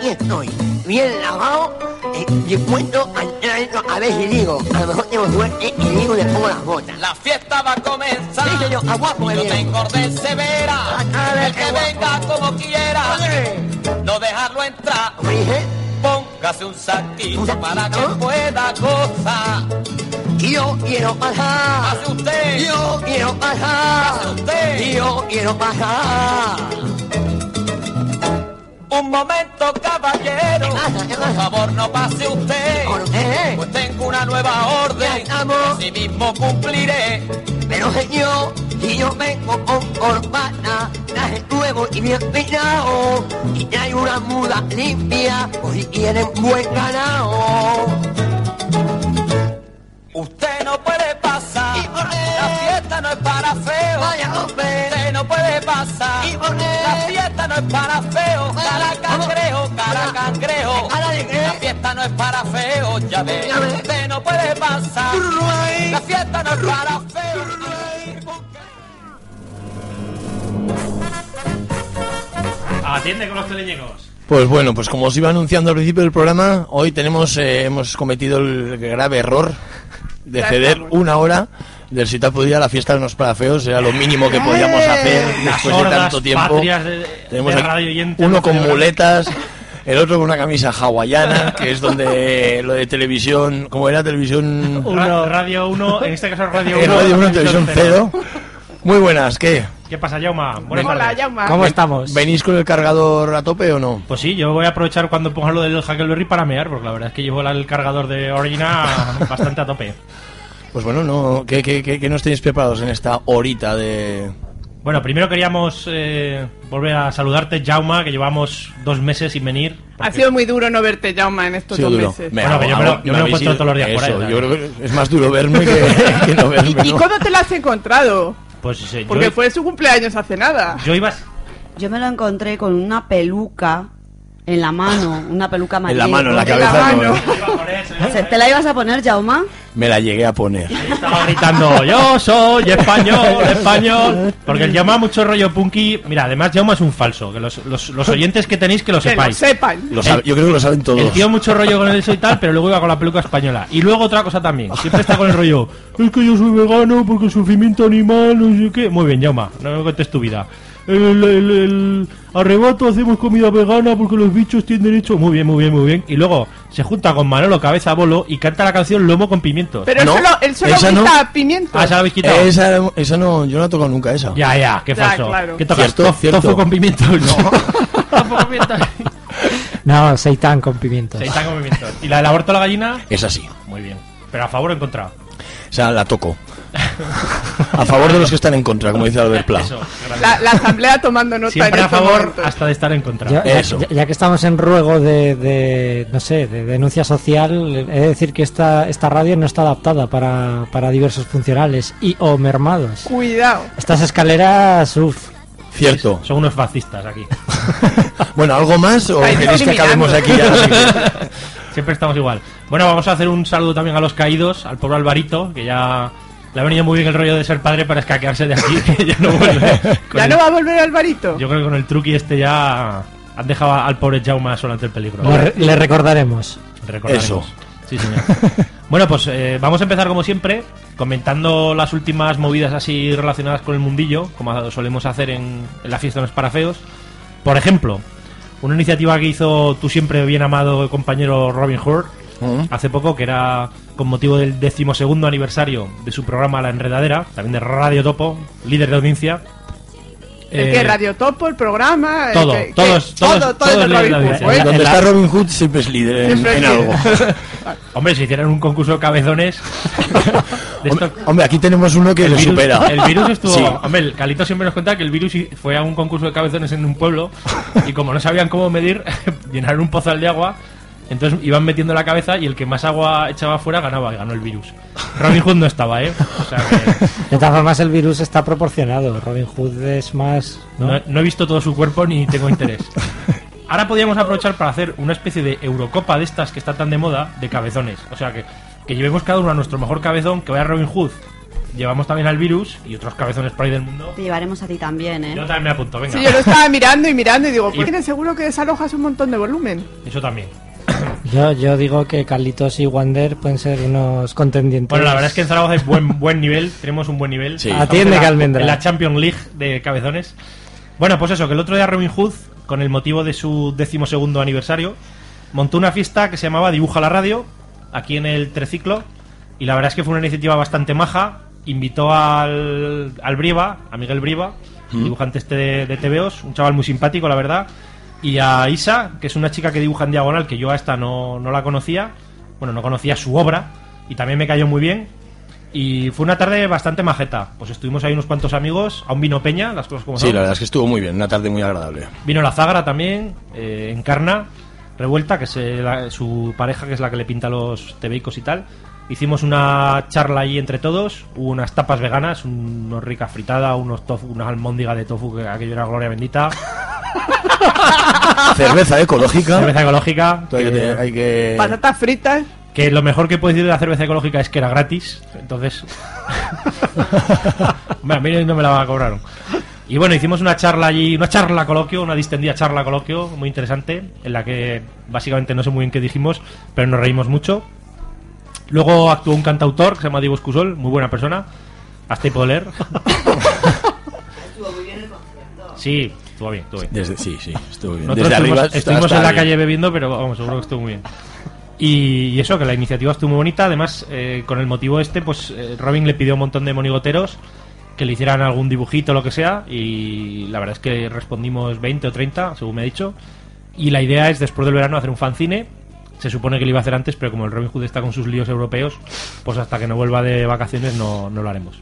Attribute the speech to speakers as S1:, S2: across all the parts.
S1: estoy, bien lavado, eh, dispuesto a entrar a ver si digo, a lo mejor tengo suerte y digo le pongo las botas.
S2: La fiesta va a comenzar.
S1: Sí, señor, a guapo me
S2: Yo
S1: viene.
S2: tengo orden severa.
S1: A- a ver,
S2: El que
S1: qué guapo.
S2: venga como quiera,
S1: Oye,
S2: no dejarlo entrar.
S1: me dije,
S2: Póngase un saquito
S1: ¿Un saquito?
S2: para que pueda gozar.
S1: yo quiero pasar,
S2: Hace usted,
S1: yo quiero pasar,
S2: Pase usted.
S1: yo quiero pasar.
S2: un momento caballero.
S1: ¿Qué pasa? ¿Qué
S2: Por
S1: pasa?
S2: favor, no pase usted.
S1: Con usted, eh.
S2: Pues tengo una nueva
S1: Ya
S2: orden.
S1: estamos.
S2: Así mismo cumpliré.
S1: pero señor, si yo vengo con corbata, traje nuevo y bien peinado, y hay una muda limpia, por si quieren buen ganado.
S2: Usted no puede pasar.
S1: ¿Y por qué?
S2: La fiesta no es para feo.
S1: Vaya hombre,
S2: Usted no puede pasar.
S1: ¿Y oh. por qué?
S2: La fiesta no es para feo.
S1: Vaya,
S2: Cara
S1: ¿cómo?
S2: cangrejo, cara
S1: Cara-
S2: cangrejo.
S1: ¿cara de qué?
S2: La fiesta no es para feo, ya ve.
S1: Ya ve.
S2: Usted no puede pasar. La fiesta no es para feo.
S3: Atiende con los teleñecos.
S4: Pues bueno, pues como os iba anunciando al principio del programa, hoy tenemos eh, hemos cometido el grave error de ceder una hora del si te podía la fiesta de los parafeos, era lo mínimo que podíamos hacer
S3: ¡Eh! Las
S4: después de
S3: hordas
S4: tanto tiempo.
S3: patrias de,
S4: Tenemos
S3: de
S4: aquí
S3: radio oyente.
S4: uno con muletas, el otro con una camisa hawaiana, que es donde lo de televisión, como era televisión,
S3: Uno, radio 1, en este caso Radio 1.
S4: eh, radio uno, televisión cero. Muy buenas, ¿qué?
S3: ¿Qué pasa, Yauma? Buenas
S5: Hola,
S3: tardes.
S5: llama.
S6: ¿Cómo estamos?
S4: ¿Venís con el cargador a tope o no?
S3: Pues sí, yo voy a aprovechar cuando pongas lo del Huckleberry para mear, porque la verdad es que llevo la- el cargador de Orina bastante a tope.
S4: Pues bueno, no, ¿qué, qué, qué- qué nos tenéis preparados en esta horita de,
S3: Bueno, primero queríamos eh, volver a saludarte, Jauma, que llevamos dos meses sin venir.
S5: Ha sido muy duro no verte, Jauma, en estos
S4: Sí,
S5: dos
S4: duro.
S5: meses.
S4: Me
S3: Bueno,
S4: hago-
S3: que yo me lo-
S4: hago-
S3: yo me lo
S4: habéis
S3: encuentro
S4: ido-
S3: todos los días por
S4: eso,
S3: ahí,
S4: Yo
S3: claro.
S4: creo que es más duro verme que, que no verme.
S5: ¿Y
S4: ¿no?
S5: cuándo te la has encontrado?
S3: Pues eh,
S5: Porque
S3: yo,
S5: fue su cumpleaños hace nada.
S3: yo iba... s-
S7: Yo me lo encontré con una peluca en la mano, una peluca
S4: En la
S7: amarilla.
S4: mano, en la
S5: En la
S4: cabeza. no.
S5: mano.
S3: iba a poner-
S7: ¿Se- ¿Te la ibas a poner, Jauma?
S4: Me la llegué a poner.
S3: Estaba gritando, yo soy español, español. Porque el Jauma mucho rollo punky... Mira, además Jauma es un falso, que los, los- los oyentes que tenéis que lo
S5: Que lo
S3: sepáis.
S5: sepan.
S4: Lo sabe- yo creo que lo saben todos.
S3: El tío mucho rollo con eso y tal, pero luego iba con la peluca española. Y luego otra cosa también. Siempre está con el rollo. Es que yo soy vegano porque sufrimiento animal, no sé qué. Muy bien, llama. No me cuentes tu vida. El, el- el arrebato hacemos comida vegana porque los bichos tienen derecho. Muy bien, muy bien, muy bien. Y luego se junta con Manolo Cabeza Bolo y canta la canción Lomo con pimientos.
S5: Pero él
S4: No,
S5: solo, él solo
S4: esa no.
S5: grita pimiento.
S3: Ah, ¿se la habéis quitado?
S4: Esa, esa no, yo no he tocado nunca esa.
S3: Ya, ya, qué
S5: Ya,
S3: falso.
S5: claro.
S3: ¿Qué tocas?
S4: Cierto,
S3: Tof-
S4: cierto.
S3: tofu con pimientos. No. Tofu con pimientos.
S6: No, seitan con pimientos.
S3: Sí, está con pimientos. ¿Y la del aborto a la gallina?
S4: Esa sí.
S3: Muy bien. ¿Pero a favor o en contra?
S4: O sea, la toco. A favor de los que están en contra, como dice Albert Pla.
S3: Eso, gracias.
S5: La, la asamblea tomando nota
S3: Siempre
S5: en este
S3: a
S5: estos
S3: favor
S5: momentos.
S3: hasta de estar en contra.
S6: Ya, ya-
S4: Eso.
S6: ya- ya que estamos en ruego de, de, no sé, de denuncia social, he de decir que esta, esta radio no está adaptada para, para diversos funcionales y o mermados.
S5: Cuidado.
S6: Estas escaleras, uff,
S4: Cierto.
S3: Son unos fascistas aquí.
S4: Bueno, ¿algo más o
S5: Ahí
S4: queréis que
S5: eliminando.
S4: acabemos aquí ya? Sí.
S3: Siempre estamos igual. Bueno, vamos a hacer un saludo también a los caídos, al pobre Alvarito, que ya le ha venido muy bien el rollo de ser padre para escaquearse de aquí. que ya no vuelve. Con
S5: ¿Ya
S3: el-
S5: no va a volver Alvarito?
S3: Yo creo que con el truqui este ya han dejado al pobre Jauma solo ante el peligro.
S6: le, re- le recordaremos.
S3: Recordaremos.
S4: Eso.
S3: Sí, señor. bueno, pues eh, vamos a empezar como siempre, comentando las últimas movidas así relacionadas con el mundillo, como solemos hacer en, en la fiesta de los parafeos. Por ejemplo, una iniciativa que hizo tu siempre bien amado compañero Robin Hood hace poco, que era con motivo del decimosegundo aniversario de su programa La Enredadera, también de Radio Topo, líder de audiencia.
S5: El
S3: Eh,
S5: que Radio Topo, el programa. el
S3: todo,
S5: que- que-
S3: todos,
S5: todo,
S3: todos,
S5: todo
S3: todos
S5: es de
S3: leer la
S5: Robin
S3: audiencia.
S5: Hood, ¿eh?
S3: En
S4: Donde
S3: la-
S4: está Robin Hood siempre es líder en,
S5: Siempre
S4: en
S5: es
S4: algo.
S3: Hombre, si hicieran un concurso de cabezones... de esto-
S4: Hombre, aquí tenemos uno que le
S3: virus-
S4: supera.
S3: el virus estuvo.
S4: Sí.
S3: Hombre, el Calito siempre nos cuenta que el virus fue a un concurso de cabezones en un pueblo y como no sabían cómo medir, llenaron un pozal de agua. Entonces iban metiendo la cabeza y el que más agua echaba fuera ganaba y ganó el virus. Robin Hood no estaba, ¿eh? O sea que
S6: De todas formas, el virus está proporcionado. Robin Hood es más. ¿no?
S3: no, no he visto todo su cuerpo ni tengo interés. Ahora podríamos aprovechar para hacer una especie de Eurocopa de estas que está tan de moda de cabezones. O sea que, que llevemos cada uno a nuestro mejor cabezón, que vaya Robin Hood llevamos también al virus y otros cabezones por ahí del mundo.
S7: Te llevaremos a ti también,
S3: Yo
S7: ¿eh?
S3: también me apunto, venga.
S5: Sí, yo lo estaba mirando y mirando y digo,
S3: Y-
S5: pues tienes seguro que desalojas un montón de volumen.
S3: Eso también.
S6: Yo, yo digo que Carlitos y Wander pueden ser unos contendientes.
S3: Bueno, la verdad es que en Zaragoza hay buen, buen nivel, tenemos un buen nivel.
S4: Sí.
S3: Estamos
S6: Atiende,
S3: en la-
S6: Calmendra.
S3: En la Champions League de cabezones. Bueno, pues eso, que el otro día Robin Hood, con el motivo de su decimosegundo aniversario, montó una fiesta que se llamaba Dibuja la Radio, aquí en el Treciclo, y la verdad es que fue una iniciativa bastante maja. Invitó al, al Brieva, a Miguel Brieva, dibujante este de, de TVOs, un chaval muy simpático, la verdad, y a Isa, que es una chica que dibuja en diagonal, que yo a esta no, no la conocía, bueno, no conocía su obra, y también me cayó muy bien. Y fue una tarde bastante majeta. Pues estuvimos ahí unos cuantos amigos, a un vino peña, las cosas como
S4: Sí,
S3: son.
S4: la verdad es que estuvo muy bien, una tarde muy agradable.
S3: Vino la Zagra también, eh, Encarna, Revuelta, que es eh, la- su pareja, que es la que le pinta los tebeicos y tal. Hicimos una charla ahí entre todos, hubo unas tapas veganas, un- unos rica fritada, unos tofu, unas almóndigas de tofu, que aquello era gloria bendita,
S4: Cerveza ecológica.
S3: cerveza ecológica,
S4: Hay que tener-
S3: que,
S4: hay que-
S5: Patatas fritas.
S3: que lo mejor que puedes decir de la cerveza ecológica es que era gratis, entonces... Hombre, a mí no me la cobraron. Y bueno, hicimos una charla allí, una charla coloquio, una distendida charla coloquio muy interesante, en la que básicamente no sé muy bien qué dijimos, pero nos reímos mucho. Luego actuó un cantautor que se llama Divo Escusol, muy buena persona, hasta ahí puedo leer. Sí, estuvo bien, estuvo bien.
S4: Desde, sí, sí, estuvo bien.
S3: Nosotros
S4: Desde
S3: estuvimos,
S4: arriba
S3: estuvimos
S4: hasta
S3: en la
S4: arriba.
S3: calle bebiendo, pero vamos, seguro que estuvo muy bien. Y, y eso, que la iniciativa estuvo muy bonita. Además, eh, con el motivo este, pues eh, Robin le pidió a un montón de monigoteros que le hicieran algún dibujito, lo que sea. Y la verdad es que respondimos 20 o 30, según me ha dicho. Y la idea es, después del verano, hacer un fanzine. Se supone que lo iba a hacer antes, pero como el Robin Hood está con sus líos europeos, pues hasta que no vuelva de vacaciones no, no lo haremos.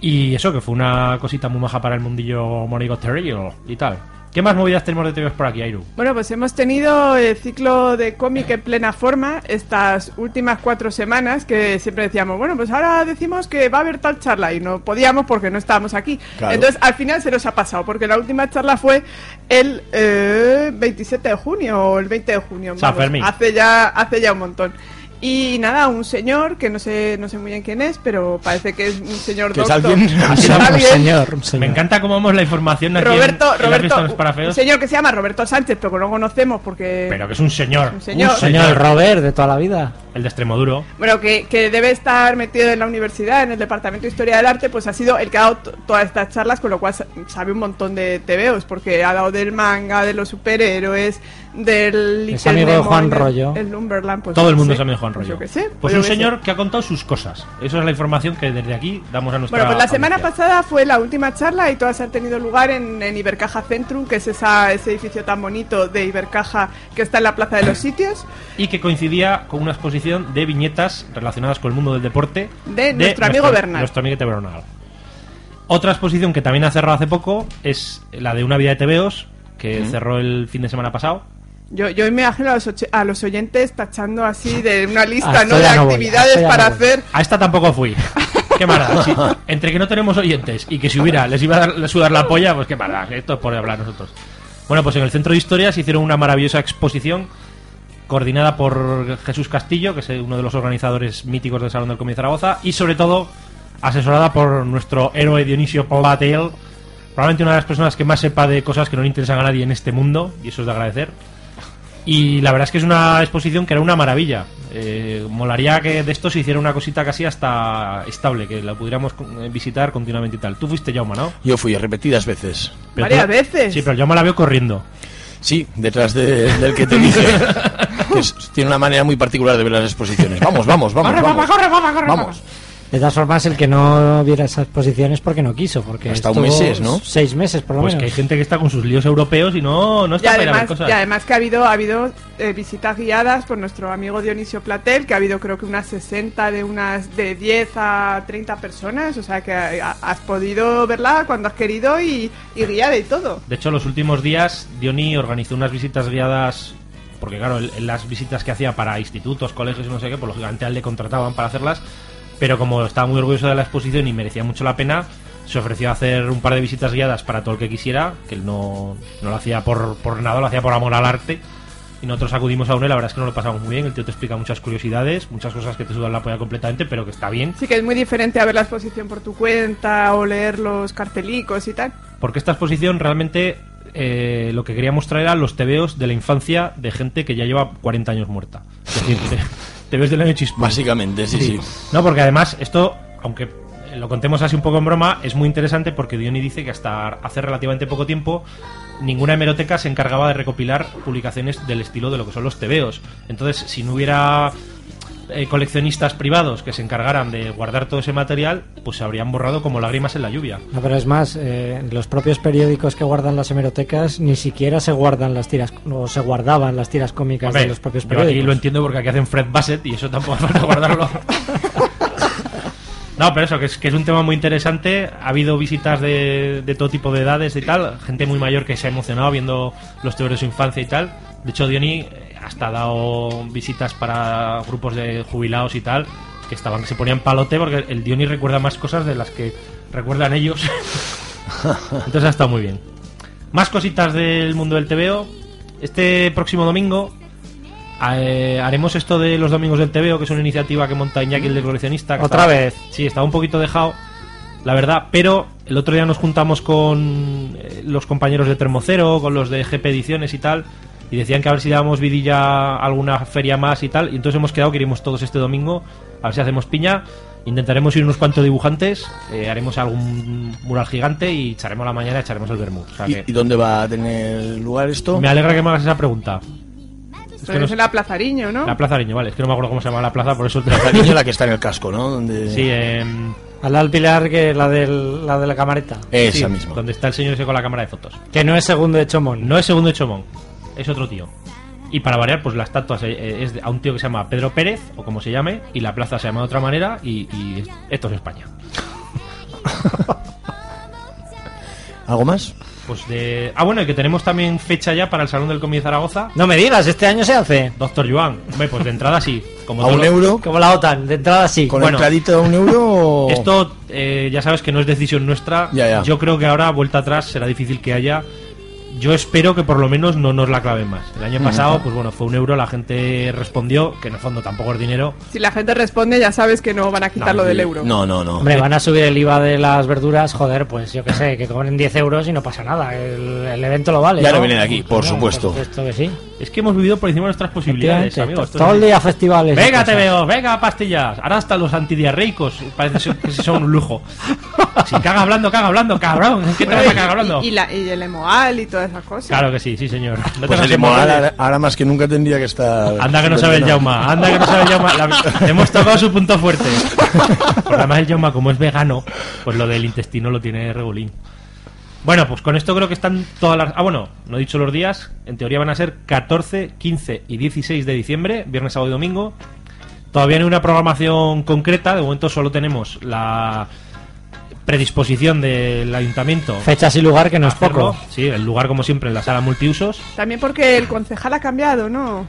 S3: Y eso, que fue una cosita muy maja para el mundillo monigoterio y tal. ¿Qué más movidas tenemos de TVs por aquí, Airu?
S5: Bueno, pues hemos tenido el ciclo de cómic en plena forma estas últimas cuatro semanas que siempre decíamos, bueno, pues ahora decimos que va a haber tal charla y no podíamos porque no estábamos aquí.
S4: Claro.
S5: Entonces, al final se nos ha pasado porque la última charla fue el eh, 27 de junio o el 20 de junio.
S3: San Fermín.
S5: Hace ya, hace ya un montón. Y nada, un señor que no sé, no sé muy bien quién es, pero parece que es un señor
S4: Que es
S5: doctor.
S4: alguien-
S5: Es
S6: Sí, un
S5: alguien.
S6: señor, un señor.
S3: Me encanta cómo vamos la información aquí en- en
S5: Roberto,
S3: la fiesta de los
S5: Roberto, un
S3: parafeos,
S5: señor que se llama Roberto Sánchez, pero que no conocemos porque...
S3: Pero que es un señor.
S5: Un señor. Pues
S6: Señor Robert de toda la vida.
S3: El de Extremoduro.
S5: Bueno, que, que debe estar metido en la universidad, en el Departamento de Historia del Arte, pues ha sido el que ha dado to- todas estas charlas, con lo cual sa- sabe un montón de tebeos, porque ha dado del manga, de los superhéroes, del...
S6: Es
S5: Little
S6: amigo de
S5: Nemo,
S6: Juan
S5: el-
S6: Rollo.
S5: El Lumberland, pues
S3: Todo
S5: yo
S3: el
S5: qué
S3: mundo
S5: sé.
S3: se llama Juan
S5: Pues
S3: Rollo.
S5: yo qué sé.
S3: Pues,
S5: yo
S3: un
S5: qué sé.
S3: señor que ha contado sus cosas. Eso es la información que desde aquí damos a nuestra
S5: Bueno, pues la semana
S3: audiencia.
S5: pasada fue la última charla y todas han tenido lugar en, en Ibercaja Centrum, que es esa, ese edificio tan bonito de Ibercaja que está en la Plaza de los Sitios.
S3: Y que coincidía con una exposición de viñetas relacionadas con el mundo del deporte
S5: De nuestro amigo Bernal.
S3: Nuestro amiguete Bernal. Otra exposición que también ha cerrado hace poco es la de Una vida de TVOs, que cerró el fin de semana pasado.
S5: Yo, yo me imagino a los, och- a los oyentes tachando así de una
S6: Ah,
S5: lista ¿no?
S6: esto
S5: de
S6: ya no voy,
S5: actividades
S6: esto ya
S5: para
S6: no voy.
S5: hacer.
S3: A esta tampoco fui. Qué mala. Sí, Entre que no tenemos oyentes y que si hubiera les iba a dar- les sudar la polla, pues qué mala. Esto es por hablar nosotros. Bueno, pues en el Centro de Historia se hicieron una maravillosa exposición coordinada por Jesús Castillo, que es uno de los organizadores míticos del Salón del Cómic de Zaragoza, y sobre todo asesorada por nuestro héroe Dionisio Patel, probablemente una de las personas que más sepa de cosas que no le interesan a nadie en este mundo, y eso es de agradecer. Y la verdad es que es una exposición que era una maravilla. Eh, molaría que de esto se hiciera una cosita casi hasta estable, que la pudiéramos con- eh, visitar continuamente y tal. Tú fuiste Jauma, ¿no?
S4: Yo fui repetidas veces.
S3: Pero
S5: Varias
S3: tú-
S5: veces.
S3: Sí, pero Jauma la veo corriendo.
S4: Sí, detrás de- del que te dije. Que es- tiene una manera muy particular de ver las exposiciones. Vamos, vamos, vamos.
S3: Corre,
S4: vamos.
S3: papá, corre, papá, corre,
S4: Vamos.
S6: De todas formas, el que no viera esas posiciones porque no quiso, porque
S4: Ha estado
S6: estuvo
S4: meses, ¿no?
S6: Seis meses, por lo
S3: Pues que hay
S6: menos.
S3: gente que está con sus líos europeos y no, no
S5: Y
S3: está para ir a ver
S5: además,
S3: cosas.
S5: y además que ha habido, ha habido eh, visitas guiadas por nuestro amigo Dionisio Platel, que ha habido creo que unas 60 de unas de 10 a 30 personas, o sea que eh, ha- ha- has podido verla cuando has querido y, y guiada y todo.
S3: De hecho, los últimos días Diony organizó unas visitas guiadas, porque claro, el- las visitas que hacía para institutos, colegios y no sé qué, pues lógicamente a él le contrataban para hacerlas, pero como estaba muy orgulloso de la exposición y merecía mucho la pena, se ofreció a hacer un par de visitas guiadas para todo el que quisiera, que él no, no lo hacía por, por nada, lo hacía por amor al arte. Y nosotros acudimos a uno y la verdad es que no lo pasamos muy bien. El tío te explica muchas curiosidades, muchas cosas que te sudan la polla completamente, pero que está bien.
S5: Sí que es muy diferente a ver la exposición por tu cuenta o leer los cartelicos y tal.
S3: Porque esta exposición realmente eh, lo que quería mostrar era los tebeos de la infancia de gente que ya lleva 40 años muerta. Es decir, te- tebeos del año chispón.
S4: Básicamente, sí, sí.
S3: No, porque además esto, aunque lo contemos así un poco en broma, es muy interesante porque Diony dice que hasta hace relativamente poco tiempo ninguna hemeroteca se encargaba de recopilar publicaciones del estilo de lo que son los tebeos. Entonces, si no hubiera eh, coleccionistas privados que se encargaran de guardar todo ese material, pues se habrían borrado como lágrimas en la lluvia.
S6: No, pero es más, eh, los propios periódicos que guardan las hemerotecas ni siquiera se guardan las tiras, o se guardaban las tiras cómicas
S3: Hombre,
S6: de los propios
S3: yo aquí
S6: periódicos.
S3: lo entiendo porque aquí hacen Fred Bassett y eso tampoco hace falta guardarlo. No, pero eso, que es, que es un tema muy interesante. Ha habido visitas de, de todo tipo de edades y tal. Gente muy mayor que se ha emocionado viendo los tebeos de su infancia y tal. De hecho, Diony eh, hasta ha dado visitas para grupos de jubilados y tal, que estaban que se ponían palote porque el Diony recuerda más cosas de las que recuerdan ellos. Entonces ha estado muy bien. Más cositas del mundo del TVO. Este próximo domingo eh, haremos esto de los domingos del TVO, que es una iniciativa que monta Iñaki el de coleccionista. que
S6: Otra
S3: estaba-
S6: vez.
S3: Sí, estaba un poquito dejado, la verdad. Pero el otro día nos juntamos con eh, los compañeros de Termocero, con los de GP Ediciones y tal. Y decían que a ver si dábamos vidilla a alguna feria más y tal. Y entonces hemos quedado que iremos todos este domingo. A ver si hacemos piña. Intentaremos ir unos cuantos dibujantes. eh, haremos algún mural gigante y echaremos la mañana, echaremos el vermut. O sea que-
S4: ¿Y, y dónde va a tener lugar esto?
S3: me alegra que me hagas esa pregunta.
S5: Esto
S3: que
S5: es
S3: nos-
S5: en la plazariño, ¿no?
S3: La Plaza Ariño, vale. Es que no me acuerdo cómo se llama la plaza, por eso te
S4: La niña la que está en el casco, ¿no? Donde...
S3: Sí, em,
S6: Al lado del pilar que la, del, la de la camareta,
S3: sí,
S4: Esa misma.
S3: Donde está el señor ese con la cámara de fotos.
S6: que no es segundo de Chomón.
S3: No es segundo de Chomón, es otro tío. Y para variar, pues las estatuas eh, es de- a un tío que se llama Pedro Pérez, o como se llame, y la plaza se llama de otra manera, y, y esto es España.
S4: ¿Algo más?
S3: Pues de... Ah, bueno, y que tenemos también fecha ya para el Salón del Cómic de Zaragoza.
S6: No me digas, este año se hace.
S3: Doctor Joan, hombre, pues de entrada sí. Como
S4: ¿A
S3: todo
S4: un
S3: lo-
S4: euro?
S6: Como la OTAN, de entrada sí.
S4: ¿Con
S3: bueno.
S4: entradita a un euro? o-
S3: Esto eh, ya sabes que no es decisión nuestra.
S4: Ya, ya.
S3: Yo creo que ahora, vuelta atrás, será difícil que haya. Yo espero que por lo menos no nos la claven más. El año pasado, pues bueno, fue un euro, la gente respondió, que en el fondo tampoco es dinero.
S5: Si la gente responde, ya sabes que no van a quitarlo del euro.
S4: No, no, no.
S6: Hombre, van a subir el IVA de las verduras, joder, pues yo qué sé, que cobren 10 euros y no pasa nada, el, el evento lo vale.
S4: Ya no
S6: ¿no?
S4: vienen aquí, por
S6: Claro,
S4: supuesto.
S6: Por supuesto que sí.
S3: Es que hemos vivido por encima de nuestras posibilidades,
S6: Efectivamente,
S3: amigos. Esto es
S6: todo el
S3: así.
S6: día festivales. y
S3: Venga,
S6: cosas.
S3: te veo, venga, pastillas. Ahora hasta los antidiarreicos parece ser que son un lujo. Si caga hablando, caga hablando, cabrón. ¿Qué te vas a cagar hablando?
S5: Y, y la, y el emoal y todas esas cosas.
S3: Claro que sí, sí, señor. No
S4: Pues
S3: te
S4: el
S3: hagas
S4: inmoral
S3: emociones.
S4: ahora, ahora más que nunca tendría que estar...
S3: Anda que no sabe el Jauma, anda que no sabe el Jauma. La- hemos tocado su punto fuerte. Porque además el Jauma, como es vegano, pues lo del intestino lo tiene regulín. Bueno, pues con esto creo que están todas las... Ah, bueno, no he dicho los días. En teoría van a ser 14, 15 y 16 de diciembre, viernes, sábado y domingo. Todavía no hay una programación concreta. De momento solo tenemos la predisposición del ayuntamiento.
S6: Fechas y lugar que no es
S3: Hacerlo.
S6: poco.
S3: Sí, el lugar como siempre en la sala multiusos.
S5: También porque el concejal ha cambiado, ¿no?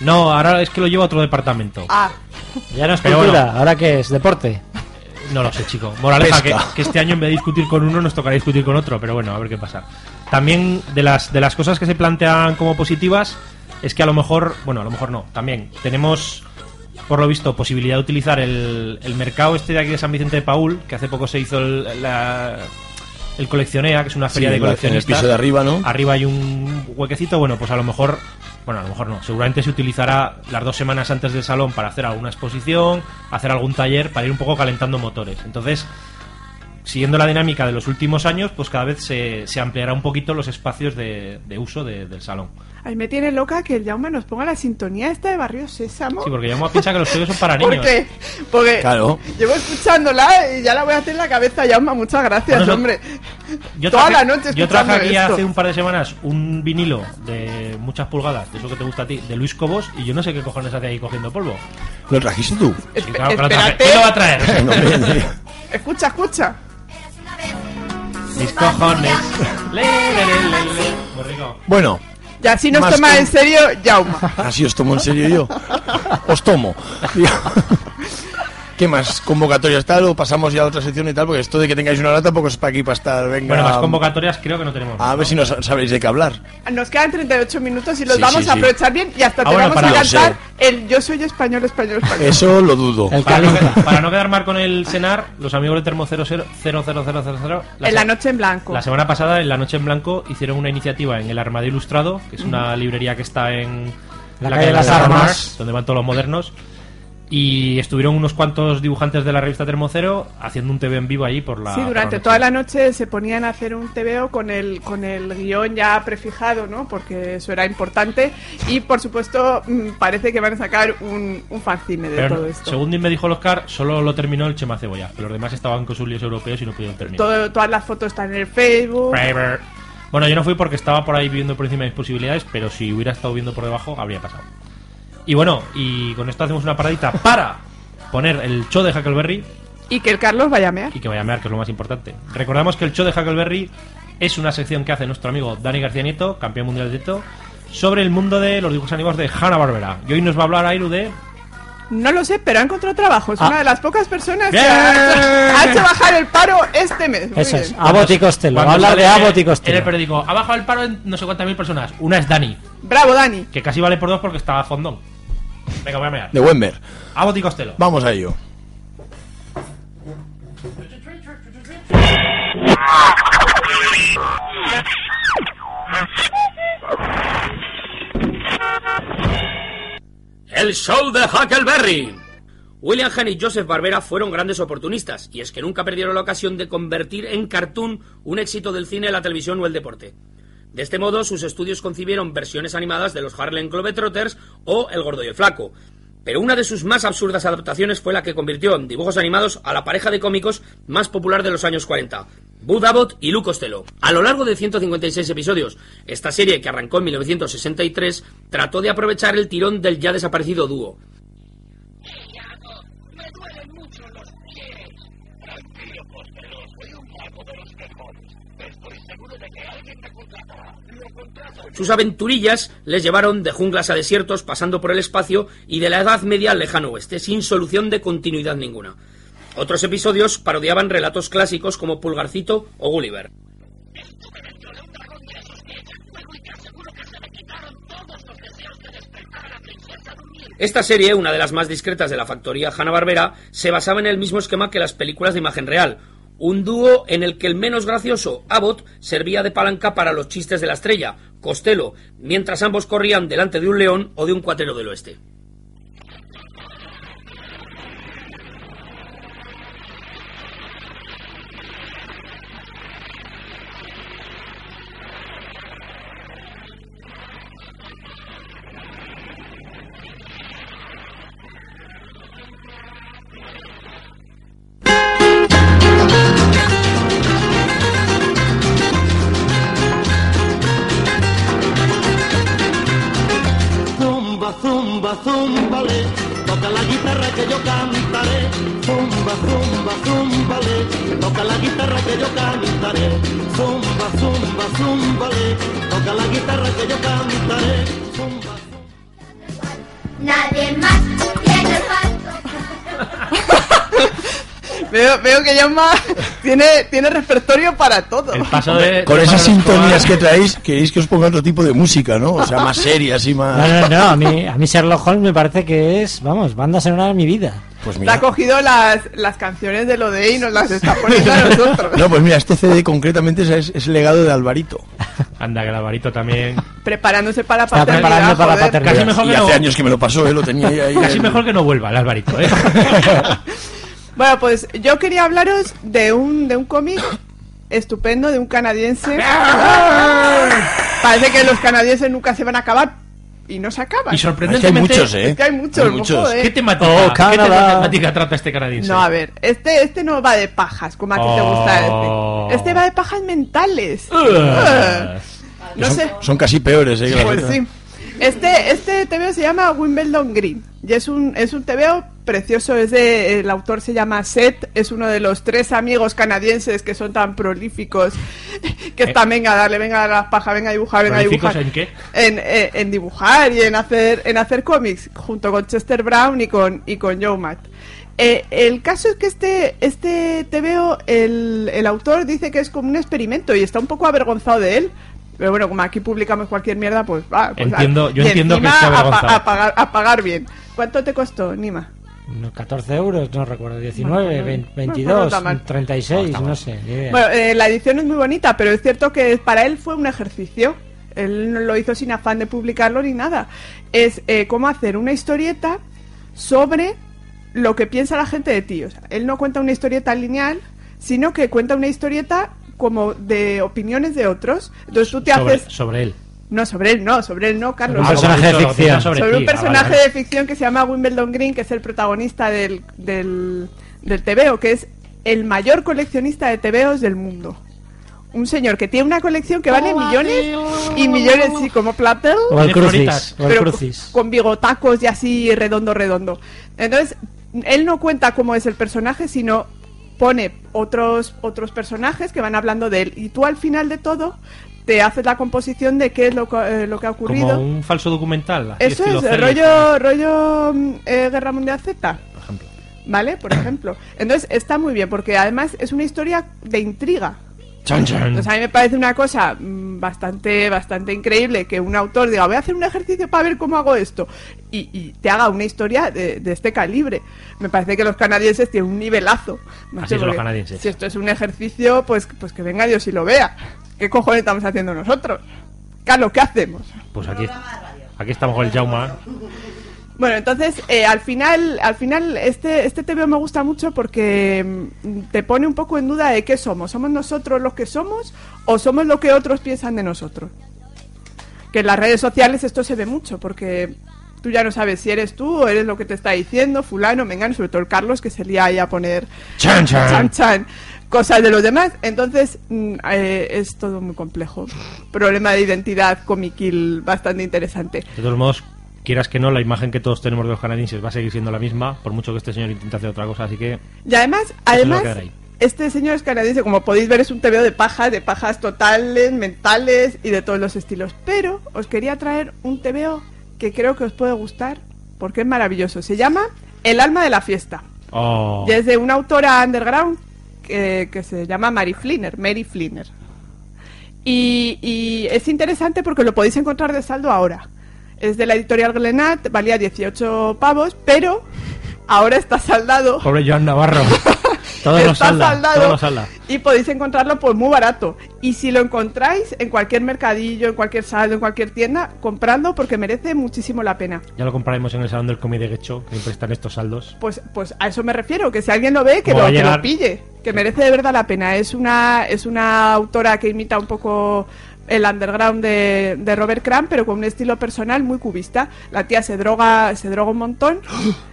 S3: No, ahora es que lo lleva a otro departamento.
S5: Ah,
S6: Ya no es
S3: Pero
S6: cultura,
S3: bueno.
S6: ahora que es deporte.
S3: No lo sé, chico. Moraleja, que,
S4: Pesca.
S3: que este año en vez de discutir con uno nos tocará discutir con otro, pero bueno, a ver qué pasa. También de las, de las cosas que se plantean como positivas es que a lo mejor, bueno, a lo mejor no, también tenemos, por lo visto, posibilidad de utilizar el, el mercado este de aquí de San Vicente de Paul, que hace poco se hizo el, la- el Coleccionea, que es una
S4: Sí,
S3: feria de
S4: en la- en el
S3: coleccionistas.
S4: piso de arriba, ¿no?
S3: Arriba hay un huequecito, bueno, pues a lo mejor, bueno, a lo mejor no, seguramente se utilizará las dos semanas antes del salón para hacer alguna exposición, hacer algún taller, para ir un poco calentando motores. Entonces, siguiendo la dinámica de los últimos años, pues cada vez se, se ampliará un poquito los espacios de, de uso de- del salón.
S5: ahí me tiene loca que el Jaume nos ponga la sintonía esta de Barrio Sésamo.
S3: Sí, porque yo me piensa que los estudios son para niños.
S5: ¿Por qué? Porque
S4: Claro.
S5: llevo escuchándola y ya la voy a hacer en la cabeza, Jaume. Muchas gracias,
S3: Bueno, no-
S5: hombre.
S3: Yo
S5: Toda
S3: traje,
S5: la noche
S3: yo traje
S5: escuchando
S3: aquí
S5: esto.
S3: hace un par de semanas un vinilo de muchas pulgadas, de eso que te gusta a ti, de Luis Cobos, y yo no sé qué cojones hace ahí cogiendo polvo.
S4: ¿Lo trajiste tú?
S3: Sí,
S5: Espe-
S3: claro que lo traje.
S5: espérate.
S3: ¿Quién lo va a traer?
S4: No, hombre,
S5: Escucha, escucha.
S3: Mis cojones. Le, le, le, le, le. Muy rico.
S4: bueno, ah,
S5: Y así nos
S4: Más
S5: toma
S4: que-
S5: en serio Jaume.
S4: así os tomo en serio yo. Os tomo. ¿Qué más? ¿Convocatorias tal? ¿O pasamos ya a otra sección y tal? Porque esto de que tengáis una hora tampoco es para aquí, para estar. Venga,
S3: Bueno,
S6: Ah,
S3: más convocatorias creo que no tenemos.
S4: a ver si nos sabréis de qué hablar.
S5: Nos quedan 38 minutos y los
S4: Sí,
S5: vamos
S4: sí,
S5: a
S4: sí.
S5: aprovechar bien y hasta te
S3: Ahora
S5: vamos a
S4: para- eh. Yo sé.
S5: cantar el Yo soy español, español, español.
S4: Eso lo dudo.
S6: El
S3: Para no,
S6: Calinza.
S3: para no quedar mal con el cenar, los amigos de Termo 00 00000,
S5: en la
S3: se-
S5: noche en blanco.
S3: La semana pasada, en La Noche en Blanco, hicieron una iniciativa en El Armadillo Ilustrado, que es una librería que está en
S6: Mm. La calle de las Armas.
S3: donde van todos los modernos. Y estuvieron unos cuantos dibujantes de la revista Termocero haciendo un TV en vivo allí por la.
S5: sí, durante toda la noche se ponían a hacer un TVO con el, con el guión ya prefijado, ¿no? Porque eso era importante. Y por supuesto, mm, parece que van a sacar un, un fanzine de
S3: Pero,
S5: todo esto.
S3: según me dijo el Oscar, solo lo terminó el Chema Cebolla. Los demás estaban con sus líos europeos y no pudieron terminar.
S5: Todo- todas las fotos están en el Facebook.
S3: Braver. Bueno, yo no fui porque estaba por ahí viviendo por encima de mis posibilidades, pero si hubiera estado viendo por debajo, habría pasado. Y bueno, y con esto hacemos una paradita para poner el show de Huckleberry
S5: Y que el Carlos vaya a mear.
S3: y que vaya a mear, que es lo más importante. Recordamos que el show de Huckleberry es una sección que hace nuestro amigo Dani García Nieto, campeón mundial de Teto, sobre el mundo de los dibujos animados de Hanna-Barbera. Y hoy nos va a hablar Airu de...
S5: No lo sé, pero ha encontrado trabajo. Es
S3: Ah.
S5: una de las pocas personas
S3: Bien.
S5: que ha hecho, ha hecho bajar el paro este mes. Muy
S6: Eso es.
S5: bien.
S6: Abbott y Costello.
S3: Cuando
S6: Habla
S3: sale
S6: de Abbott
S3: En
S6: y
S3: el
S6: Costello.
S3: periódico, ha bajado el paro en no sé cuántas mil personas. Una es Dani,
S5: Bravo, Dani.
S3: que casi vale por dos porque está a fondón. Venga, voy a mear.
S4: De Wember.
S3: Abbott y Costello.
S4: Vamos a ello.
S8: El show de Huckleberry. William Hahn y Joseph Barbera fueron grandes oportunistas, y es que nunca perdieron la ocasión de convertir en cartoon un éxito del cine, la televisión o el deporte. De este modo, sus estudios concibieron versiones animadas de los Harlem Globetrotters o El Gordo y el Flaco. Pero una de sus más absurdas adaptaciones fue la que convirtió en dibujos animados a la pareja de cómicos más popular de los años 40, Bud Abbott y Lou Costello. A lo largo de 156 episodios, esta serie, que arrancó en 1963, trató de aprovechar el tirón del ya desaparecido dúo. Sus aventurillas les llevaron de junglas a desiertos, pasando por el espacio y de la Edad Media al lejano oeste, sin solución de continuidad ninguna. Otros episodios parodiaban relatos clásicos como Pulgarcito o Gulliver. Esta serie, una de las más discretas de la factoría Hanna-Barbera, se basaba en el mismo esquema que las películas de imagen real. Un dúo en el que el menos gracioso, Abbott, servía de palanca para los chistes de la estrella, Costello, mientras ambos corrían delante de un león o de un cuatero del oeste.
S2: Zumba, zumba, zumbale, toca la guitarra que yo cantaré. Zumba, zumba, zumbale, toca la guitarra que yo cantaré. Zumba, zumba, zumbale, toca la guitarra que yo cantaré. Zumba, zumba.
S9: Nadie más tiene olfato.
S5: Veo, veo que Yama tiene, tiene repertorio para todo.
S3: El paso de.
S4: Con
S3: de
S4: esas
S3: Pablo Escobar.
S4: sintonías que traéis, queréis que os ponga otro tipo de música, ¿no? O sea, más seria, así
S6: No,
S4: más.
S6: no, no. A mí, a mí Sherlock Holmes me parece que es, vamos, banda sonora de mi vida.
S4: Pues
S5: Ha
S4: mira.
S5: cogido las, las canciones de lo de y nos las está poniendo a nosotros.
S4: No, pues mira, este CD concretamente es, es el legado de Alvarito.
S5: Ah,
S3: Anda, que el Alvarito también.
S5: Preparándose para
S6: Está
S5: paternidad.
S6: preparando para
S5: joder.
S6: paternidad.
S3: Casi mejor
S4: y
S3: que
S4: hace
S3: no.
S4: años que me lo pasó, ¿eh? Lo tenía ahí. ahí
S3: Casi
S4: en-
S3: mejor que no vuelva el Alvarito, ¿eh?
S5: Bueno, pues yo quería hablaros de un, de un cómic estupendo, de un canadiense. Parece que los canadienses nunca se van a acabar y no se
S3: Y
S5: acaban.
S4: Es que hay
S3: sorprendentemente.
S4: muchos, ¿eh?
S5: Es que hay muchos, joder.
S3: ¿Qué temática,
S6: Oh,
S3: qué
S6: Canadá.
S3: temática trata este canadiense?
S5: No, a ver, este, este no va de pajas, como a que te
S3: Oh.
S5: gusta este. Este va de pajas mentales.
S3: Ugh.
S4: Que
S5: no
S4: son,
S5: sé.
S4: son casi peores, ¿eh? que la
S5: Pues
S4: otra.
S5: sí. Este, este TVO se llama Wimbledon Green y es un, es un TVO precioso. Es de, el autor se llama Seth, es uno de los tres amigos canadienses que son tan prolíficos que están, venga, darle, venga, a las pajas, venga a dibujar, venga a
S3: Eh. ¿Prolíficos
S5: dibujar.
S3: en qué?
S5: En, eh, en dibujar y en hacer, en hacer cómics junto con Chester Brown y con, y con Joe Matt. Eh, el caso es que este, este te veo, el, el autor dice que es como un experimento y está un poco avergonzado de él. Pero bueno, como aquí publicamos cualquier mierda, pues va. pues,
S3: Entiendo-
S5: ah,
S3: yo
S5: y
S3: entiendo que
S5: encima
S3: esté
S5: a pa-
S3: avergonzado.
S5: A, pagar, a pagar bien. ¿Cuánto te costó, Nima?
S6: Unos 14 euros, no recuerdo, 19,
S5: Bueno,
S6: 20,
S5: bueno, pues no
S6: 22,
S5: está mal.
S6: 36, no, sé. ni idea.
S5: Bueno, eh, la edición es muy bonita, pero es cierto que para él fue un ejercicio. Él no lo hizo sin afán de publicarlo ni nada. Es eh, cómo hacer una historieta sobre lo que piensa la gente de ti. O sea, él no cuenta una historieta lineal, sino que cuenta una historieta como de opiniones de otros. Entonces tú te
S3: sobre,
S5: haces...
S3: sobre él.
S5: No, sobre él no, sobre él no, Carlos.
S6: Un
S3: como
S6: personaje
S3: has dicho,
S6: de
S3: lo piensas
S6: ficción.
S5: sobre
S3: ti.
S5: un
S3: Ah, vale,
S5: personaje
S3: vale.
S5: de ficción que se llama Wimbledon Green, que es el protagonista del, del, del TVO, que es el mayor coleccionista de TVOs del mundo. Un señor que tiene una colección que vale millones y millones, sí, como Platel,
S6: o el
S3: de
S6: crucis.
S3: floritas,
S6: O el
S5: pero
S6: crucis.
S5: con bigotacos y así redondo, redondo. Entonces, él no cuenta cómo es el personaje, sino pone otros, otros personajes que van hablando de él. Y tú al final de todo te haces la composición de qué es lo, co- eh, lo que ha ocurrido.
S3: Como un falso documental. así
S5: Eso
S3: estilo
S5: es,
S3: Celeste,
S5: rollo, rollo mm, eh, Guerra Mundial Z,
S3: Por ejemplo.
S5: ¿vale? Por ejemplo. Entonces está muy bien, porque además es una historia de intriga.
S3: Mm.
S5: Entonces a mí me parece una cosa mm, bastante, bastante increíble que un autor diga, voy a hacer un ejercicio para ver cómo hago esto, y, y te haga una historia de, de este calibre. Me parece que los canadienses tienen un nivelazo.
S3: Así son los
S5: porque
S3: canadienses.
S5: Si esto es un ejercicio, pues, pues que venga Dios y lo vea. ¿Qué cojones estamos haciendo nosotros? Carlos, ¿qué hacemos?
S3: Pues aquí, aquí estamos con el Jauma.
S5: Bueno, entonces eh, al final, al final este este TVO me gusta mucho porque mm, te pone un poco en duda de qué somos. ¿Somos nosotros los que somos o somos lo que otros piensan de nosotros? Que en las redes sociales esto se ve mucho porque tú ya no sabes si eres tú o eres lo que te está diciendo fulano, mengano, sobre todo el Carlos que se lía ahí a poner
S3: Chan, chan.
S5: chan, chan, cosas de los demás. Entonces mm, eh, es todo muy complejo. Problema de identidad comiquil bastante interesante.
S3: De todos modos, quieras que no, la imagen que todos tenemos de los canadienses va a seguir siendo la misma, por mucho que este señor intente hacer otra cosa, así que...
S5: Y además,
S3: va a
S5: además
S3: quedar ahí.
S5: este señor es canadiense, como podéis ver, es un tebeo de pajas, de pajas totales, mentales y de todos los estilos. Pero os quería traer un tebeo que creo que os puede gustar porque es maravilloso. Se llama El alma de la fiesta.
S3: Oh,
S5: Y es de una autora underground que, que se llama Mary Flinner, Mary Flinner. Y, y es interesante porque lo podéis encontrar de saldo ahora. Es de la editorial Glenat, valía 18 pavos, pero ahora está saldado
S3: Pobre Joan Navarro. Todos los
S5: está
S3: salda,
S5: saldado
S3: todos los salda.
S5: y podéis encontrarlo por muy barato. Y si lo encontráis en cualquier mercadillo, en cualquier saldo, en cualquier tienda, compradlo porque merece muchísimo la pena.
S3: Ya lo compraremos en el salón del comedy Gecho, que siempre están estos saldos.
S5: Pues, pues a eso me refiero, que si alguien lo ve, que,
S3: Como
S5: lo,
S3: va a
S5: que lo
S3: llegar.
S5: pille, que merece de verdad la pena. Es una, es una autora que imita un poco el underground de, de Robert Crumb, pero con un estilo personal muy cubista. La tía se droga, se droga un montón.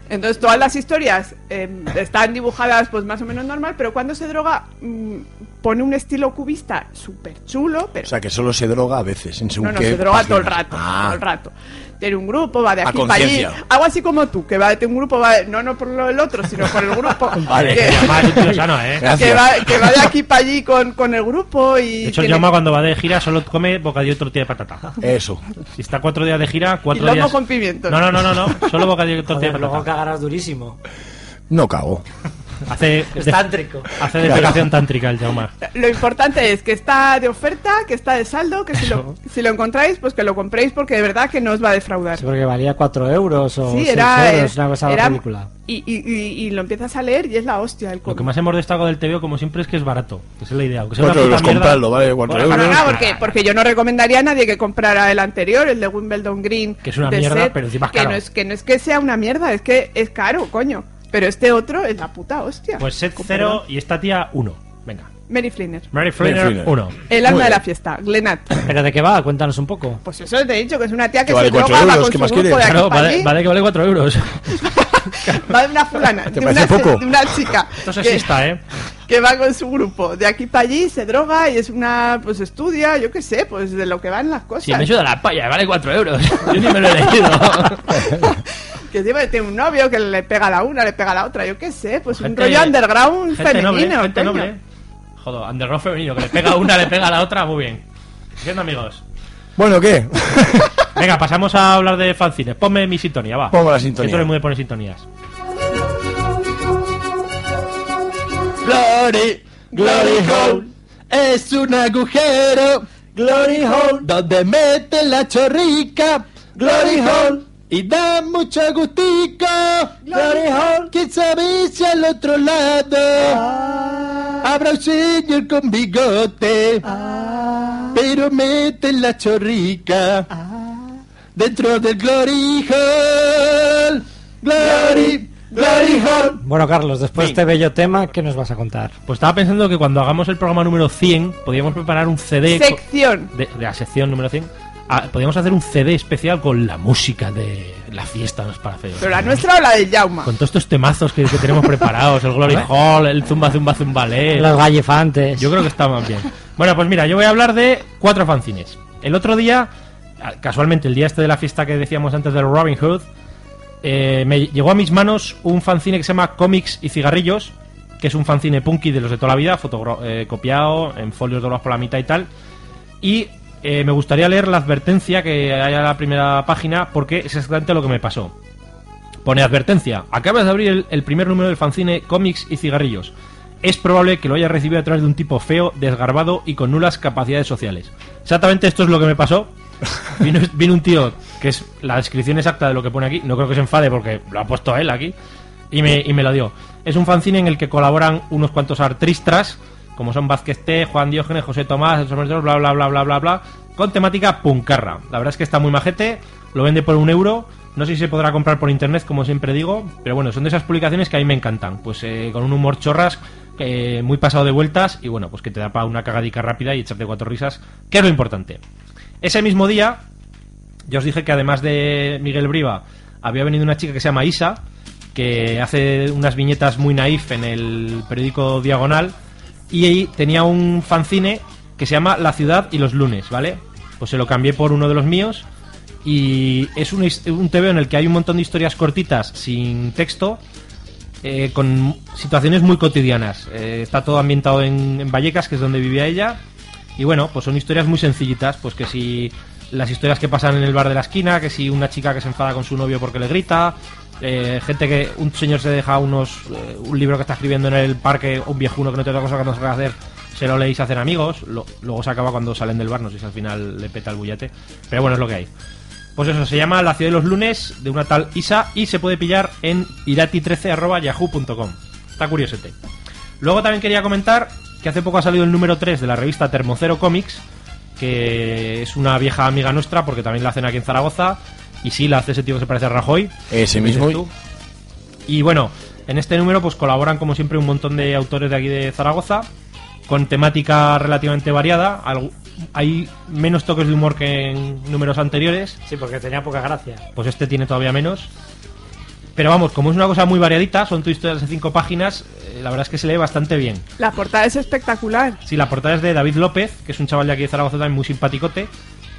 S5: Entonces todas las historias eh, están dibujadas pues más o menos normal, pero cuando se droga mm, pone un estilo cubista súper chulo, pero
S4: O sea, que solo se droga a veces, en según
S5: no, no,
S4: qué
S5: se droga
S4: página.
S5: todo el rato,
S4: Ah,
S5: todo el rato. Tiene un grupo, va de
S4: A
S5: aquí para allí.
S4: conciencia.
S5: Algo así como tú, que va de un grupo, va de- no, no por lo del otro, sino por el grupo.
S4: Vale,
S5: que,
S3: Además, es un tío sano, ¿eh?
S4: gracias.
S5: que va, que va de aquí para allí con, con el grupo y.
S3: De hecho, el
S5: tiene-
S3: Jauma cuando va de gira solo come bocadillo y tortilla de patata.
S4: Eso.
S3: Si está cuatro días de gira, cuatro
S5: Y lomo
S3: días...
S5: con pimientos.
S3: No, no, no, no, no. Solo bocadillo y tortilla
S6: Joder,
S3: de
S6: luego
S3: patata.
S6: cagarás durísimo.
S4: No cago.
S3: Hace,
S6: Es
S3: de-
S6: tántrico.
S3: hace depilación tántrica el Jauma.
S5: Lo importante es que está de oferta, que está de saldo, que si lo, si lo encontráis, pues que lo compréis porque de verdad que no os va a defraudar.
S6: Sí, porque valía 4 euros o
S5: Sí,
S6: 6
S5: era.
S6: euros, una cosa
S5: era-
S6: ridícula.
S5: Y, y- y- y lo empiezas a leer y es la hostia el
S3: Lo que
S5: cómic.
S3: más hemos destacado del TVO, como siempre, es que es barato. Que esa es la idea. Aunque sea
S4: Cuatro
S3: una puta
S4: euros
S3: mierda,
S4: comprarlo, vale, cuatro
S3: bueno,
S5: No, no,
S4: euros.
S5: no, porque, porque yo no recomendaría a nadie que comprara el anterior, el de Wimbledon Green.
S3: Que es una
S5: de
S3: mierda, pero encima es
S5: que
S3: caro.
S5: No es, que no es que sea una mierda, es que es caro, coño. Pero este otro es la puta hostia.
S3: Pues set
S5: Con
S3: 0
S5: perdón.
S3: y esta tía 1. Venga.
S5: Mary Flinner.
S3: Mary
S4: Mary
S3: Flinner
S4: Flynn.
S3: 1.
S5: El alma de la fiesta, Glenat.
S6: ¿Pero de qué va? Cuéntanos un poco.
S5: Pues eso te he dicho, que es una tía que,
S4: Que vale
S5: se droga,
S4: cuatro
S5: va
S4: euros,
S5: con
S4: ¿qué
S5: su
S4: más
S5: grupo
S4: quieres?
S5: de aquí
S3: Claro,
S5: para
S3: vale,
S5: allí,
S3: vale que vale 4 euros.
S5: va de una fulana, de una,
S4: parece poco?
S5: de una chica.
S3: Esto es
S5: que-
S3: sexista, ¿eh?
S5: que va con su grupo de aquí para allí, se droga y es una, pues estudia, yo qué sé, pues de lo que van las cosas.
S3: Si me suda la palla, vale 4 euros. Yo ni me lo he leído.
S5: que encima tiene un novio que le pega a la una, le pega a la otra, yo qué sé, pues
S3: Gente-
S5: un rollo underground
S3: Gente
S5: femenino.
S3: noble, gente
S5: coño.
S3: noble. Joder, underground femenino, que le pega a una, le pega a la otra, muy bien. Bien, amigos.
S4: Bueno, ¿qué?
S3: Venga, pasamos a hablar de fanzines. Ponme mi sintonía, va.
S4: Pongo la sintonía.
S3: Que tú eres muy de poner sintonías.
S9: Thank
S4: Glory, Glory Hole. Es un agujero, Glory Hole. Donde mete la chorrica, Glory Hole. Y da mucho gustico, Glory Hole. Quién sabe si al otro lado habrá un señor con bigote. Pero mete la chorrica dentro del Glory Hole. Glory, Glory Hole.
S6: Bueno, Carlos, después de este bello tema, ¿qué nos vas a contar?
S3: Pues estaba pensando que cuando hagamos el programa número 100, podríamos preparar un CD. co-
S5: Sección.
S3: de, de la sección número 100. ah, podríamos hacer un CD especial con la música de la fiesta, no es para feos.
S5: ¿Pero la nuestra o la de Jauma?
S3: Con todos estos temazos que, que tenemos preparados: el Glory Hall, el Zumba Zumba Zumbalé.
S6: Los gallefantes.
S3: Yo creo que está más bien. Bueno, pues mira, yo voy a hablar de cuatro fanzines. El otro día, casualmente, el día este de la fiesta que decíamos antes del Robin Hood, eh, me llegó a mis manos un fanzine que se llama Cómics y Cigarrillos, que es un fanzine punky de los de toda la vida, fotogra- eh, copiado en folios doblados por la mitad y tal. Y eh, me gustaría leer la advertencia que hay en la primera página, porque es exactamente lo que me pasó. Pone advertencia. Acabas de abrir el, el primer número del fanzine Cómics y Cigarrillos. Es probable que lo hayas recibido a través de un tipo feo, desgarbado y con nulas capacidades sociales. Exactamente esto es lo que me pasó. Vino, vino un tío, que es la descripción exacta de lo que pone aquí. No creo que se enfade porque lo ha puesto él aquí. Y me, y me lo dio. Es un fanzine en el que colaboran unos cuantos artistas, como son Vázquez T, Juan Diógenes, José Tomás, El Sombrero, bla, bla, bla, bla, bla, bla, con temática puncarra. La verdad es que está muy majete, lo vende por un euro. No sé si se podrá comprar por internet, como siempre digo, pero bueno, son de esas publicaciones que a mí me encantan. Pues eh, con un humor chorras, eh, muy pasado de vueltas, y bueno, pues que te da para una cagadica rápida y echarte cuatro risas, que es lo importante. Ese mismo día, yo os dije que además de Miguel Briva, había venido una chica que se llama Isa, que hace unas viñetas muy naif en el periódico Diagonal, y ahí tenía un fanzine que se llama La ciudad y los lunes, ¿vale? Pues se lo cambié por uno de los míos, y es un, his- un TVO en el que hay un montón de historias cortitas sin texto, eh, con situaciones muy cotidianas. Eh, está todo ambientado en, en Vallecas, que es donde vivía ella. Y bueno, pues son historias muy sencillitas, pues que si las historias que pasan en el bar de la esquina, que si una chica que se enfada con su novio porque le grita, eh, gente que un señor se deja unos eh, un libro que está escribiendo en el parque, un viejuno que no tiene otra cosa que no sabe hacer, se lo leéis, hacen amigos, lo- luego se acaba cuando salen del bar, no sé si al final le peta el bullete, pero bueno, es lo que hay. Pues eso, se llama La Ciudad de los Lunes, de una tal Isa, y se puede pillar en irati13.yahoo.com. Está este. curiosete. Luego también quería comentar que hace poco ha salido el número 3 de la revista Termocero Comics, que es una vieja amiga nuestra, porque también la hacen aquí en Zaragoza, y sí, la hace ese tío que se parece a Rajoy.
S4: Ese
S3: ¿Lo dices
S4: mismo.
S3: tú? Y bueno, en este número pues colaboran como siempre un montón de autores de aquí de Zaragoza, con temática relativamente variada. Algu- Hay menos toques de humor que en números anteriores,
S6: Sí, porque tenía poca gracia.
S3: pues este tiene todavía menos. Pero vamos, como es una cosa muy variadita, son tu historias de cinco páginas, eh, la verdad es que se lee bastante bien.
S5: La portada es espectacular.
S3: Sí, la portada es de David López, que es un chaval de aquí de Zaragoza también muy simpaticote,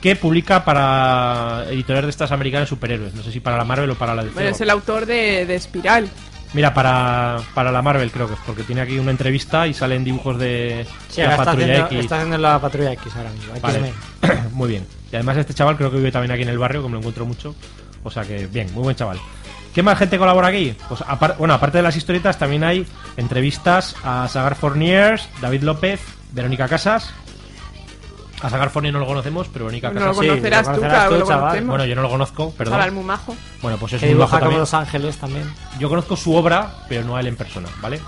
S3: que publica para editoriales de estas americanas superhéroes. No sé si para la Marvel o para la DC.
S5: Bueno, es el autor de, de Espiral.
S3: Mira, para, para la Marvel creo que es, porque tiene aquí una entrevista y salen dibujos de de
S6: Sí, ahora
S3: la
S6: está
S3: Patrulla
S6: haciendo,
S3: X.
S6: está haciendo la patrulla X ahora mismo.
S3: Vale.
S6: X-Men.
S3: muy bien. Y además este chaval creo que vive también aquí en el barrio, que me lo encuentro mucho. O sea que bien, muy buen chaval. ¿Qué más gente colabora aquí? Pues apar- bueno, aparte de las historietas también hay entrevistas a Sagar Forniers, David López, Verónica Casas. A Sagar Fornier no lo conocemos, pero Verónica
S5: No lo
S3: Casas sí.
S5: conocerás
S6: lo
S5: tú,
S6: conocerás
S5: claro,
S6: tú,
S5: lo
S6: chaval.
S5: conocemos.
S3: Bueno, yo no lo conozco, perdón.
S5: Chaval, muy majo.
S3: Bueno, pues es
S6: Que
S3: un bajo
S6: dibuja como
S3: también.
S6: Los Ángeles también.
S3: Yo conozco su obra, pero no a él en persona, ¿vale?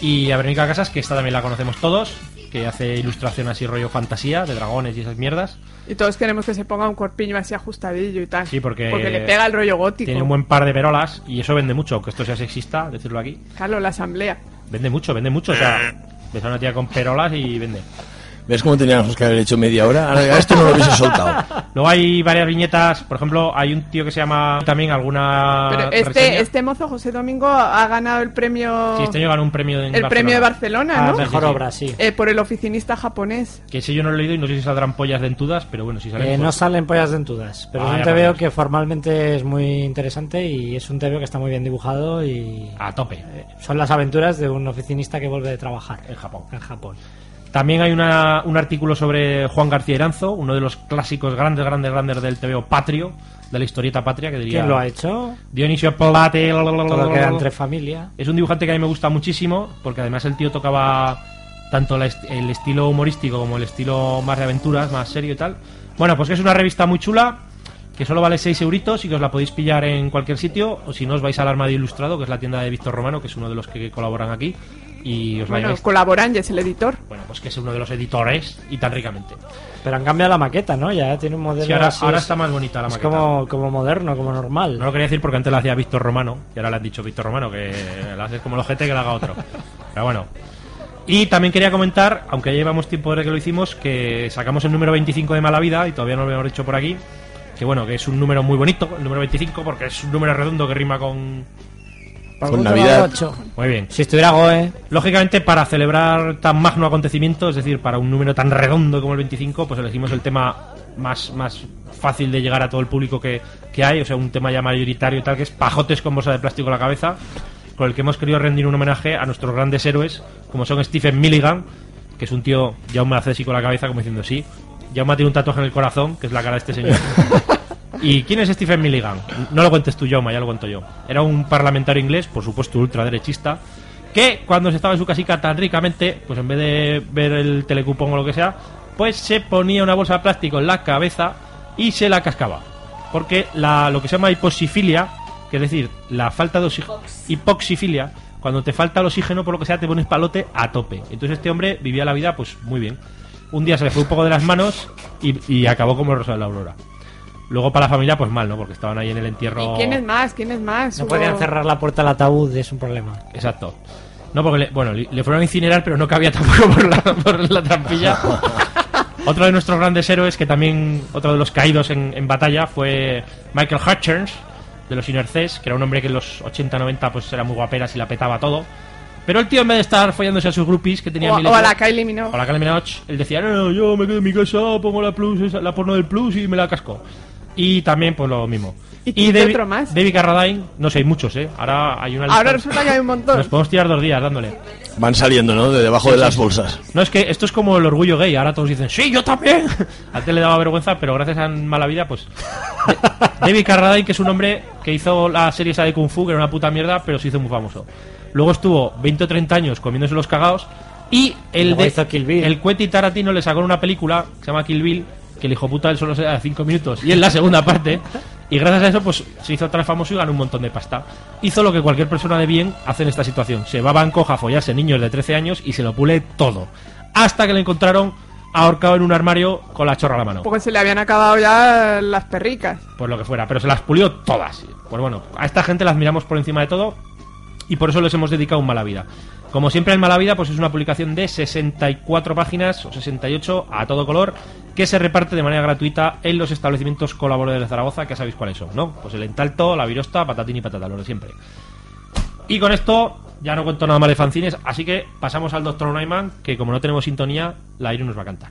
S3: Y a Verónica Casas, que esta también la conocemos todos, que hace ilustración así rollo fantasía, de dragones y esas mierdas.
S5: Y todos queremos que se ponga un corpiño así ajustadillo y tal.
S3: Sí, porque-
S5: le pega el rollo gótico.
S3: Tiene un buen par de perolas y eso vende mucho, aunque esto sea sexista, decirlo aquí.
S5: Claro, la asamblea.
S3: Vende mucho, vende mucho, o sea, ves a una tía con perolas y vende.
S4: ¿Ves cómo teníamos que haber hecho media hora? Ahora, esto no lo hubiese soltado.
S3: Luego hay varias viñetas, por ejemplo, hay un tío que se llama también alguna...
S5: Pero este,
S3: Ah, reseña.
S5: este mozo, José Domingo, ha ganado el premio...
S3: Sí, este año ganó un premio en
S5: el premio de Barcelona,
S6: Ah,
S5: ¿no?
S3: sí,
S6: mejor
S3: sí.
S6: obra, sí.
S5: Eh, por el oficinista japonés.
S3: Que ese yo no lo he leído y no sé si saldrán pollas dentudas, pero bueno, si salen...
S6: Eh, no
S3: pues-
S6: salen pollas dentudas, pero
S3: Ah,
S6: es
S3: ya
S6: un TVO
S3: vamos.
S6: que formalmente es muy interesante y es un TVO que está muy bien dibujado y
S3: A tope,
S6: Ah.
S3: eh,
S6: son las aventuras de un oficinista que vuelve de trabajar
S3: en Japón.
S6: en Japón.
S3: También hay una- un artículo sobre Juan García Iranzo, uno de los clásicos grandes, grandes, grandes del TVO Patrio, de la historieta patria, que diría...
S6: ¿Quién lo ha hecho?
S3: Dionisio Plate...
S6: Todo queda entre familia.
S3: Es un dibujante que a mí me gusta muchísimo, porque además el tío tocaba tanto la est- el estilo humorístico como el estilo más de aventuras, más serio y tal. Bueno, pues que es una revista muy chula, que solo vale 6 euritos y que os la podéis pillar en cualquier sitio, o si no os vais al Armadio Ilustrado, que es la tienda de Víctor Romano, que es uno de los que colaboran aquí, y os la
S5: Bueno,
S3: lleváis.
S5: colaboran y es el editor.
S3: Bueno, pues que es uno de los editores y tan ricamente.
S6: Pero han cambiado la maqueta, ¿no? Ya ¿eh? tiene un modelo
S3: Sí, ahora,
S6: así,
S3: ahora
S6: es-
S3: está más bonita la
S6: es
S3: maqueta.
S6: como, como moderno, como normal.
S3: No lo quería decir porque antes la hacía Víctor Romano y ahora le han dicho Víctor Romano que la haces como el ojete que la haga otro. Pero bueno. Y también quería comentar, aunque ya llevamos tiempo desde que lo hicimos, que sacamos el número 25 de Mala Vida y todavía no lo habíamos hecho por aquí. Que bueno, que es un número muy bonito, el número 25, porque es un número redondo que rima con.
S4: Con Pues Navidad.
S3: Muy bien.
S6: Si estuviera Goe,
S3: Lógicamente, para celebrar tan magno acontecimiento, es decir, para un número tan redondo como el 25, pues elegimos el tema más, más fácil de llegar a todo el público que, que hay, o sea, un tema ya mayoritario y tal, que es pajotes con bolsa de plástico en la cabeza, con el que hemos querido rendir un homenaje a nuestros grandes héroes, como son Stephen Milligan, que es un tío ya un así con la cabeza, como diciendo, sí, ya me tiene un tatuaje en el corazón, que es la cara de este señor. ¿Y quién es Stephen Milligan? No lo cuentes tú, Jaume, ya lo cuento yo. Era un parlamentario inglés, por supuesto ultraderechista, que cuando se estaba en su casica tan ricamente, pues en vez de ver el telecupón o lo que sea, pues se ponía una bolsa de plástico en la cabeza y se la cascaba. Porque la, lo que se llama hipoxifilia, que es decir, la falta de oxígeno, hipoxifilia, cuando te falta el oxígeno por lo que sea te pones palote a tope. Entonces este hombre vivía la vida pues muy bien. Un día se le fue un poco de las manos y, y acabó como el Rosa de la Aurora. Luego para la familia, pues mal, ¿no? Porque estaban ahí en el entierro.
S5: ¿Y quién es más? ¿Quién es más?
S6: no
S5: Hubo-
S6: podían cerrar la puerta al ataúd, es un problema.
S3: Exacto. No, porque le, bueno, le le fueron a incinerar, pero no cabía tampoco por la, por la trampilla. otro de nuestros grandes héroes, que también otro de los caídos en, en batalla, fue Michael Hutchins, de los Inerces, que era un hombre que en los 80-90 pues era muy guaperas y la petaba todo. Pero el tío, en vez de estar follándose a sus groupies, que tenía
S5: O,
S3: mil
S5: o a
S3: etnias-
S5: la Kylie Minogue.
S3: o la Kylie Minogue, él decía, no, no, yo me quedo en mi casa, pongo la plus, esa- la porno del plus y me la casco. Y también, pues lo mismo.
S5: ¿Y qué
S3: David,
S5: otro más?
S3: David Carradine, no sé, hay muchos, ¿eh? Ahora hay una lista.
S5: Ahora resulta que hay un montón.
S3: Nos podemos tirar dos días dándole.
S4: Van saliendo, ¿no? De debajo de las bolsas.
S3: No, es que esto es como el orgullo gay. Ahora todos dicen, sí, yo también. Antes le daba vergüenza, pero gracias a Mala Vida, pues. De- David Carradine, que es un hombre que hizo la serie esa de Kung Fu, que era una puta mierda, pero se hizo muy famoso. Luego estuvo 20 o 30 años comiéndose los cagados. Y el
S6: Luego
S3: de.
S6: hizo Kill Bill.
S3: El Quentin Tarantino le sacó una película que se llama Kill Bill, que el hijo puta él solo se da 5 minutos. Y es la segunda parte. Y gracias a eso, pues se hizo tan famoso y ganó un montón de pasta. Hizo lo que cualquier persona de bien hace en esta situación: se va a Bancoja a follarse niños de 13 años y se lo pule todo. Hasta que le encontraron ahorcado en un armario con la chorra a la mano.
S5: Porque se le habían acabado ya las perricas.
S3: Por lo que fuera, pero se las pulió todas. Pues bueno, a esta gente las miramos por encima de todo y por eso les hemos dedicado un Mala Vida. Como siempre en Mala Vida, pues es una publicación de 64 páginas o 68 a todo color que se reparte de manera gratuita en los establecimientos colaboradores de Zaragoza, que ya sabéis cuáles son, ¿no? Pues el Entalto, la Virosta, Patatín y Patata, lo de siempre. Y con esto ya no cuento nada más de fanzines, así que pasamos al Dr. Neumann, que como no tenemos sintonía, la Irene nos va a cantar.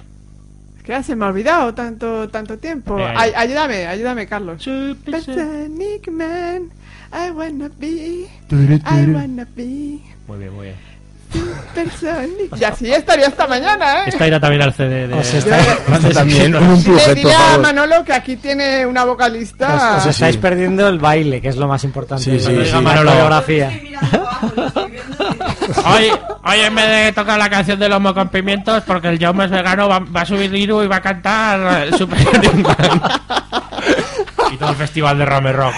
S5: Es que ya se me ha olvidado tanto, tanto tiempo.
S3: Venga,
S5: Ay-
S3: ya.
S5: ayúdame, ayúdame, Carlos. That's a Nick man. I wanna be. I wanna be.
S3: Muy bien, muy bien.
S5: Supersonic. Y así estaría esta mañana, ¿eh?
S3: Esta irá también al CD de...
S6: Os
S5: Yo
S6: estáis,
S4: También con un
S5: le
S4: plujet, por
S5: diré a
S4: favor.
S5: Manolo que aquí tiene una vocalista.
S6: os estáis
S4: Ah, sí.
S6: perdiendo el baile, que es lo más importante.
S4: Sí,
S6: de
S4: sí,
S6: la
S4: sí.
S3: Manolo.
S6: coreografía.
S3: Hoy, hoy en vez de tocar la canción del lomo con pimientos, porque el Jaume es vegano, va, va a subir Liru y va a cantar eh, Super Y todo el festival de Rame Rock.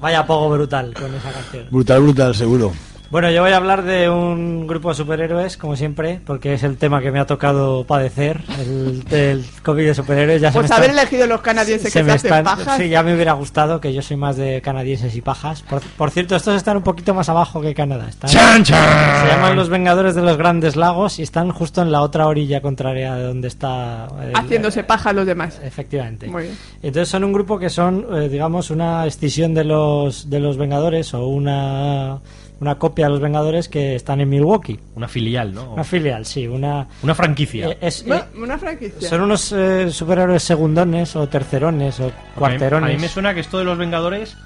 S6: Vaya poco brutal con esa canción.
S4: Brutal, brutal, seguro.
S6: Bueno, yo voy a hablar de un grupo de superhéroes, como siempre, porque es el tema que me ha tocado padecer, el, el COVID de superhéroes. Ya se me
S5: Pues
S6: está-
S5: haber elegido los canadienses
S6: se
S5: que se
S6: me
S5: hacen
S6: están-
S5: pajas.
S6: Sí, ya me hubiera gustado, que yo soy más de canadienses y pajas. Por, por cierto, estos están un poquito más abajo que Canadá. Están,
S3: ¡Chan, chan!
S6: Se llaman los Vengadores de los Grandes Lagos y están justo en la otra orilla contraria de donde está... el-
S5: Haciéndose paja a los demás.
S6: Efectivamente.
S5: Muy bien.
S6: Entonces son un grupo que son, eh, digamos, una escisión de los, de los Vengadores o una, una copia de los Vengadores que están en Milwaukee.
S3: Una filial, ¿no?
S6: Una filial, sí, una...
S3: Una franquicia.
S6: eh, es-
S5: Bueno,
S6: eh,
S5: Una franquicia.
S6: son unos eh, superhéroes segundones o tercerones o
S3: Porque a mí-
S6: cuarterones.
S3: A mí me suena que esto de los Vengadores